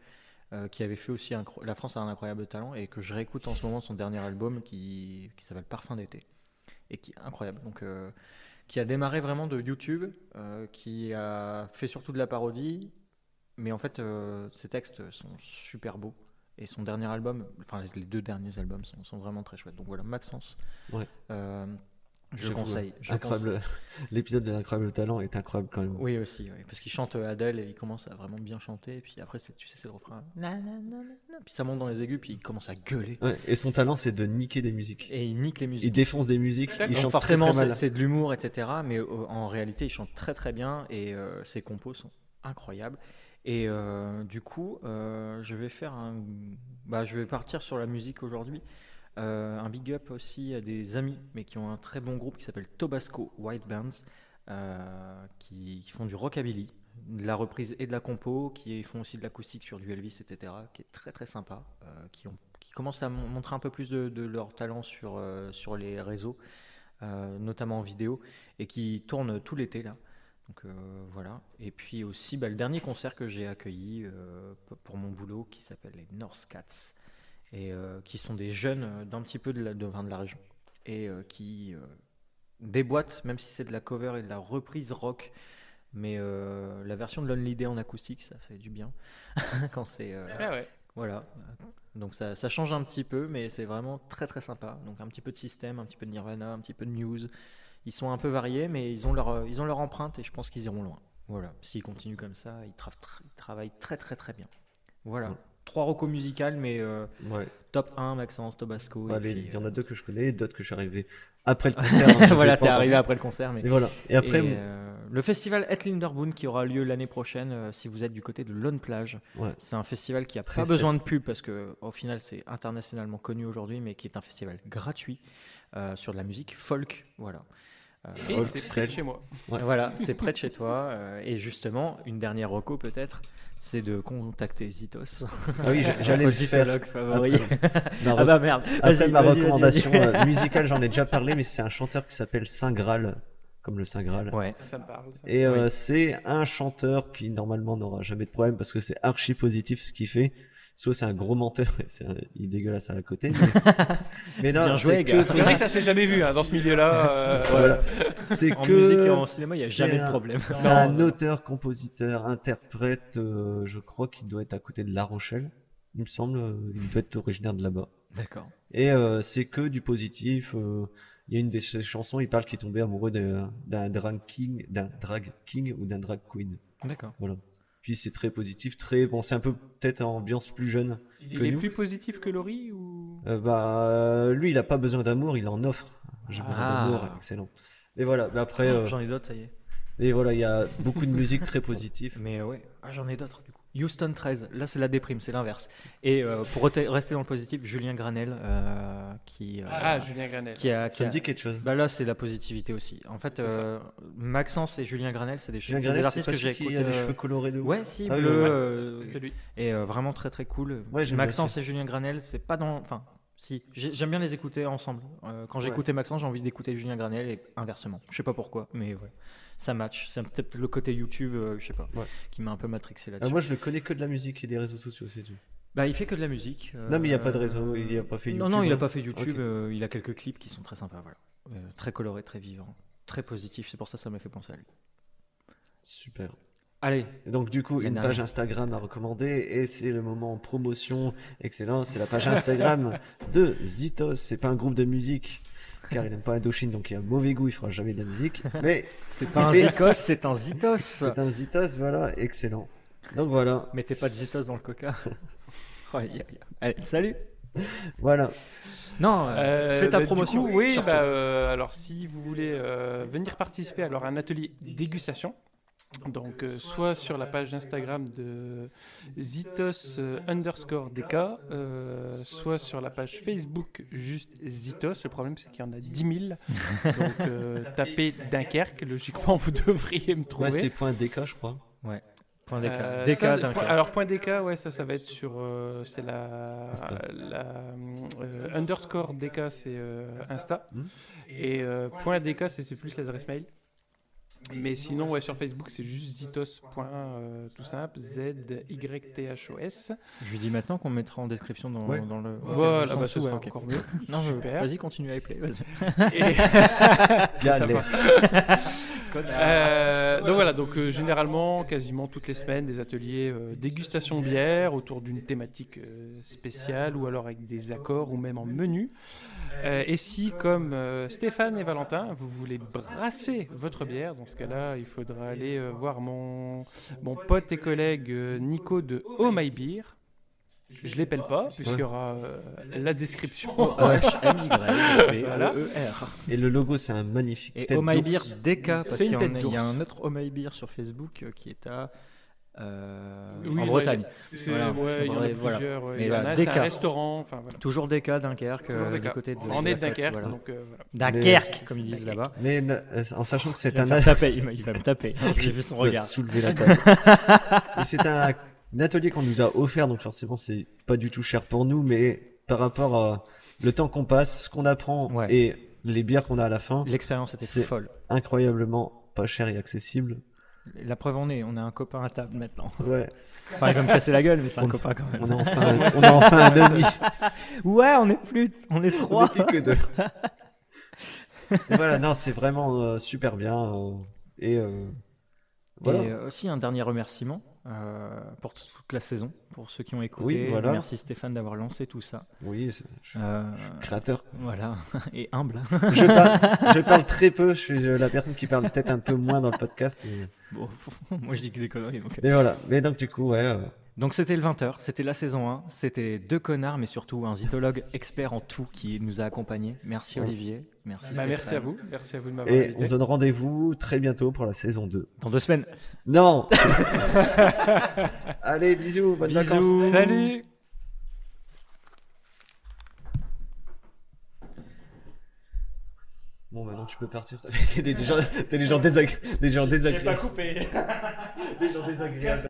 A: euh, qui avait fait aussi incro- La France a un incroyable talent et que je réécoute en ce moment son dernier album qui, qui s'appelle Parfum d'été et qui est incroyable. Donc euh, qui a démarré vraiment de YouTube, euh, qui a fait surtout de la parodie, mais en fait, euh, ses textes sont super beaux. Et son dernier album, enfin les- les deux derniers albums sont, sont vraiment très chouettes. Donc voilà, Maxence.
B: Ouais.
A: Euh, je
B: J'avoue,
A: conseille. Je
B: Incroyable. L'épisode de l'incroyable talent est incroyable quand même.
A: conseille. Oui, aussi, oui, parce qu'il chante euh, Adèle et il commence à vraiment bien chanter. Et puis après, c'est- tu sais, c'est le refrain. Na, na, na, na, na. Puis ça monte dans les aigus, puis il commence à gueuler.
B: Ouais, et son talent, c'est de niquer des musiques.
A: Et il nique les musiques.
B: Il défonce des musiques. Il
D: D'accord.
A: Donc
B: chante
A: forcément,
B: très, très
A: c'est-
B: mal.
A: c'est de l'humour, etc. Mais euh, en réalité, il chante très très bien et euh, ses compos sont incroyables. Et euh, du coup, euh, je vais faire un, bah, je vais partir sur la musique aujourd'hui. Euh, un big up aussi à des amis, mais qui ont un très bon groupe qui s'appelle Tobasco White Bands, euh, qui, qui font du rockabilly, de la reprise et de la compo, qui font aussi de l'acoustique sur du Elvis, etc. Qui est très très sympa, euh, qui, ont, qui commencent à mon- montrer un peu plus de, de leur talent sur, euh, sur les réseaux euh, notamment en vidéo, et qui tourne tout l'été là. Donc euh, voilà. Et puis aussi bah, le dernier concert que j'ai accueilli euh, p- pour mon boulot qui s'appelle les North Cats, et euh, qui sont des jeunes euh, d'un petit peu de la, de, enfin, de la région, et euh, qui euh, déboîtent, même si c'est de la cover et de la reprise rock. Mais euh, la version de Lonely Day en acoustique, ça fait du bien. Quand c'est euh,
D: Ah ouais.
A: voilà. Donc ça, ça change un petit peu, mais c'est vraiment très très sympa. Donc un petit peu de système, un petit peu de Nirvana, un petit peu de Muse. Ils sont un peu variés, mais ils ont leur, euh, ils ont leur empreinte et je pense qu'ils iront loin. Voilà. S'ils continuent comme ça, ils, tra- tra- ils travaillent très très très bien. Voilà.
B: Ouais.
A: trois recos musicales, mais euh,
B: Ouais.
A: top 1, Maxence, Tobasco.
B: Ouais,
A: et
B: Ah, mais
A: puis,
B: Il y en
A: euh,
B: a deux que je connais, et d'autres que je suis arrivé après le concert. hein, je les ai
A: voilà,
B: pas
A: t'es arrivé
B: entendus.
A: après le concert. Mais...
B: Et voilà. Et après,
A: Et,
B: bon,
A: euh, le festival Etlinderboon qui aura lieu l'année prochaine euh, si vous êtes du côté de Lone Plage.
B: Ouais.
A: C'est un festival qui a
B: Très
A: pas besoin de pub parce que au final c'est internationalement connu aujourd'hui, mais qui est un festival gratuit euh, sur de la musique folk. Voilà. Euh,
D: Et
B: Folk
D: c'est près
B: Celt.
D: de chez moi.
B: Ouais.
A: Voilà, c'est près de chez toi. euh, et justement, une dernière reco peut-être, c'est de contacter Zitos.
B: ah oui, j'a- j'allais le
A: Notre
B: faire.
A: zytologue favori.
B: Ma
A: ah bah merde.
B: Après
A: Vas-y,
B: ma
A: vas-y, vas-y,
B: recommandation
A: vas-y.
B: euh, musicale, j'en ai déjà parlé, mais c'est un chanteur qui s'appelle Saint Graal, comme le Saint Graal.
A: Ouais.
D: Ça, ça me parle. ça.
B: Et euh, c'est un chanteur qui normalement n'aura jamais de problème parce que c'est archi positif ce qu'il fait. Soit c'est un gros menteur et c'est un- il est dégueulasse à la côté. Mais, mais non,
A: Bien joué,
B: c'est
A: gars.
B: que,
D: C'est vrai que ça s'est jamais vu hein, dans ce milieu-là. euh,
B: Voilà. c'est
A: En
B: que-
A: musique et en cinéma, il n'y a
B: c'est
A: jamais de
B: un-
A: problème.
B: c'est un auteur, compositeur, interprète. euh, je crois qu'il doit être à côté de La Rochelle. Il me semble, euh, il doit être originaire de là-bas.
A: D'accord.
B: Et euh, c'est que du positif. euh, Il y a une de ses chansons, il parle qu'il est tombé amoureux d'un d'un drag king, d'un drag king ou d'un drag queen.
A: D'accord.
B: Puis c'est très positif, très bon. C'est un peu peut-être à ambiance plus jeune.
D: Il
B: Que
D: est
B: nous.
D: plus positif que Laurie ou
B: Euh, bah euh, lui, il a pas besoin d'amour, il en offre. J'ai besoin
A: Ah.
B: d'amour, excellent. Et voilà. Mais après, euh,
A: J'en ai d'autres, ça y est.
B: et voilà, il y a beaucoup de musique très positive.
A: Mais euh, ouais, Ah, j'en ai d'autres du coup. Houston 13, là c'est la déprime, c'est l'inverse. Et euh, pour rete- rester dans le positif, Julien Granel euh, qui, euh,
D: Ah, Julien Granel.
A: qui a. qui
B: Ça me
A: a-
B: dit quelque chose.
A: Bah là c'est la positivité aussi. En fait,
D: C'est ça.
A: euh, Maxence et Julien Granel, c'est des, ch-
B: Julien
A: c'est
B: Granel,
A: des
B: c'est
A: artistes
B: pas
A: que j'ai
B: celui qui a
A: écoutés.
B: les
A: euh,
B: cheveux colorés de ouf.
A: Ouais, si,
B: Ah oui,
A: bleu,
B: ouais.
A: euh,
D: C'est lui.
A: et euh, vraiment très très cool.
B: Ouais, j'aime bien
A: Maxence et Julien Granel, c'est pas dans. Enfin, si, j'ai- j'aime bien les écouter ensemble. Euh, quand
B: Ouais.
A: j'écoutais Maxence, j'ai envie d'écouter Julien Granel et inversement. Je sais pas pourquoi, mais ouais. Ça match. C'est peut-être le côté YouTube, euh, je sais pas,
B: Ouais.
A: qui m'a un peu matrixé
B: Ah,
A: là-dessus.
B: moi, je le connais que de la musique et des réseaux sociaux, c'est tout.
A: Bah, il fait que de la musique. euh,
B: Non, mais il y a pas de réseau, il a pas fait
A: Non,
B: YouTube,
A: non, il a
B: hein.
A: pas fait YouTube.
B: Ok.
A: euh, il a quelques clips qui sont très sympas, voilà. Euh, très colorés, très vivants, très positifs. C'est pour ça que ça m'a fait penser à lui.
B: Super.
A: Allez,
B: Et Donc du coup,
A: Mais
B: une
A: non.
B: page Instagram à recommander et c'est le moment promotion excellent, c'est la page Instagram de Zitos, c'est pas un groupe de musique car il n'aime pas Indochine donc il a un mauvais goût, il fera jamais de la musique, mais
A: c'est pas un
B: fait-
A: Zikos, c'est un Zitos.
B: c'est un Zitos, voilà, excellent. Donc voilà,
A: Mettez pas de Zitos dans le coca. Oh, aïe, aïe, aïe. Allez, salut.
B: voilà.
A: Non, euh,
D: Euh,
A: fais ta
D: bah, du
A: promotion.
D: coup, oui,
A: surtout.
D: bah, euh, alors si vous voulez euh, venir participer alors, à un atelier dégustation, donc euh, soit sur la page Instagram de Zitos euh, underscore DK, euh, soit sur la page Facebook juste Zitos. Le problème c'est qu'il y en a 10 000. Donc euh, tapez Dunkerque, logiquement vous devriez me
B: Ouais, c'est
D: trouver.
B: point DK je crois.
A: Point DK.
D: Euh,
A: DK
D: ça,
A: d'un
D: point-
A: cas.
D: alors point DK, ouais, ça, ça va être sur, euh, c'est la,
B: Insta.
D: la, euh, underscore DK, c'est euh, Insta,
B: Hmm.
D: et euh, point DK, c'est c'est plus l'adresse mail. Mais sinon, ouais, sur Facebook, c'est juste zitos. point, euh, tout simple, Z Y T H O S.
A: Je lui dis maintenant qu'on mettra en description dans,
B: Ouais.
A: dans le.
D: Voilà,
A: en
D: bah,
A: dessous,
D: ce
A: ouais,
D: sera
A: ok.
D: encore mieux.
A: Non, je-
D: Super.
A: Vas-y, continue à épeler. vas-y.
D: Et-
B: Galère.
D: Euh, donc voilà, donc euh, généralement, quasiment toutes les semaines, des ateliers euh, dégustation bière autour d'une thématique euh, spéciale ou alors avec des accords ou même en menu. Euh, et si, comme euh, Stéphane et Valentin, vous voulez brasser votre bière, dans ce cas-là, il faudra aller euh, voir mon, mon pote et collègue euh, Nico de Oh My Beer. Je l'épelle pas, puisqu'il y aura euh, la description. Voilà.
A: O-H-M-Y-B-E-R.
B: Et le logo c'est un magnifique
A: Et
B: tête
A: Oh My Beer
B: d'ours.
A: DK, parce
D: C'est
A: qu'il
D: une
A: y, en
D: tête
A: a- il y a
D: d'ours.
A: un autre Oh My Beer sur Facebook euh, qui est à. euh,
D: Oui,
A: en
D: ouais,
A: Bretagne.
D: C'est-
A: Voilà.
D: ouais, il y en a
A: Ouais, voilà.
D: plusieurs. ouais,
A: Mais
D: il y en
A: voilà,
D: a, c'est un
A: Descartes.
D: restaurant. Enfin, voilà.
A: Toujours DK, Dunkerque,
D: Toujours
A: euh,
D: des
A: du
D: cas.
A: côté de.
D: On est
A: la
D: de
A: côte,
D: Dunkerque,
A: voilà.
D: donc euh, voilà.
A: Dunkerque, comme ils disent là-bas.
B: Mais euh, en sachant que
A: Il
B: c'est
A: va
B: un
A: me faire taper, il me- il va me taper. J'ai vu son
B: On va
A: regard.
B: soulever la table. Et c'est un, un atelier qu'on nous a offert, donc forcément c'est pas du tout cher pour nous, mais par rapport à le temps qu'on passe, ce qu'on apprend
A: Ouais.
B: et les bières qu'on a à la fin,
A: L'expérience était
B: C'est-
A: folle.
B: incroyablement pas cher et accessible.
A: La preuve en est, on a un copain à table maintenant.
B: Ouais,
A: Enfin, il va me casser la gueule, mais c'est un copain quand même.
B: on a enfin, on a enfin un ami.
A: Ouais, on est plus, on est
B: On est
A: trois.
B: plus que deux. Et voilà, non, c'est vraiment euh, super bien. euh, et euh, voilà.
A: Et euh, aussi un dernier remerciement euh, pour t- toute la saison, pour ceux qui ont écouté.
B: Oui, voilà.
A: Merci Stéphane d'avoir lancé tout ça.
B: Oui, c'est- je,
A: Euh,
B: je suis créateur.
A: voilà, et humble. hein.
B: Je, par- je parle très peu, je suis euh, la personne qui parle peut-être un peu moins dans le podcast. mais-
A: Bon, moi je dis que des conneries. donc.
B: Mais voilà, mais donc du coup, ouais, euh,
A: Donc c'était le 20h, c'était la saison 1, c'était deux connards, mais surtout un zytologue expert en tout qui nous a accompagnés. Merci
B: Ouais.
A: Olivier, merci.
D: Bah, merci
A: Stéphane.
D: à vous. Merci à vous de m'avoir
B: Et on
D: invité.
B: se donne rendez-vous très bientôt pour la saison 2.
A: Dans deux semaines.
B: Non Allez, bisous, bonnes vacances
D: Salut
B: Bon, maintenant tu peux partir. T'es des gens, t'as des gens, désag- des gens désagréables.
D: coupé
B: Des gens désagréables.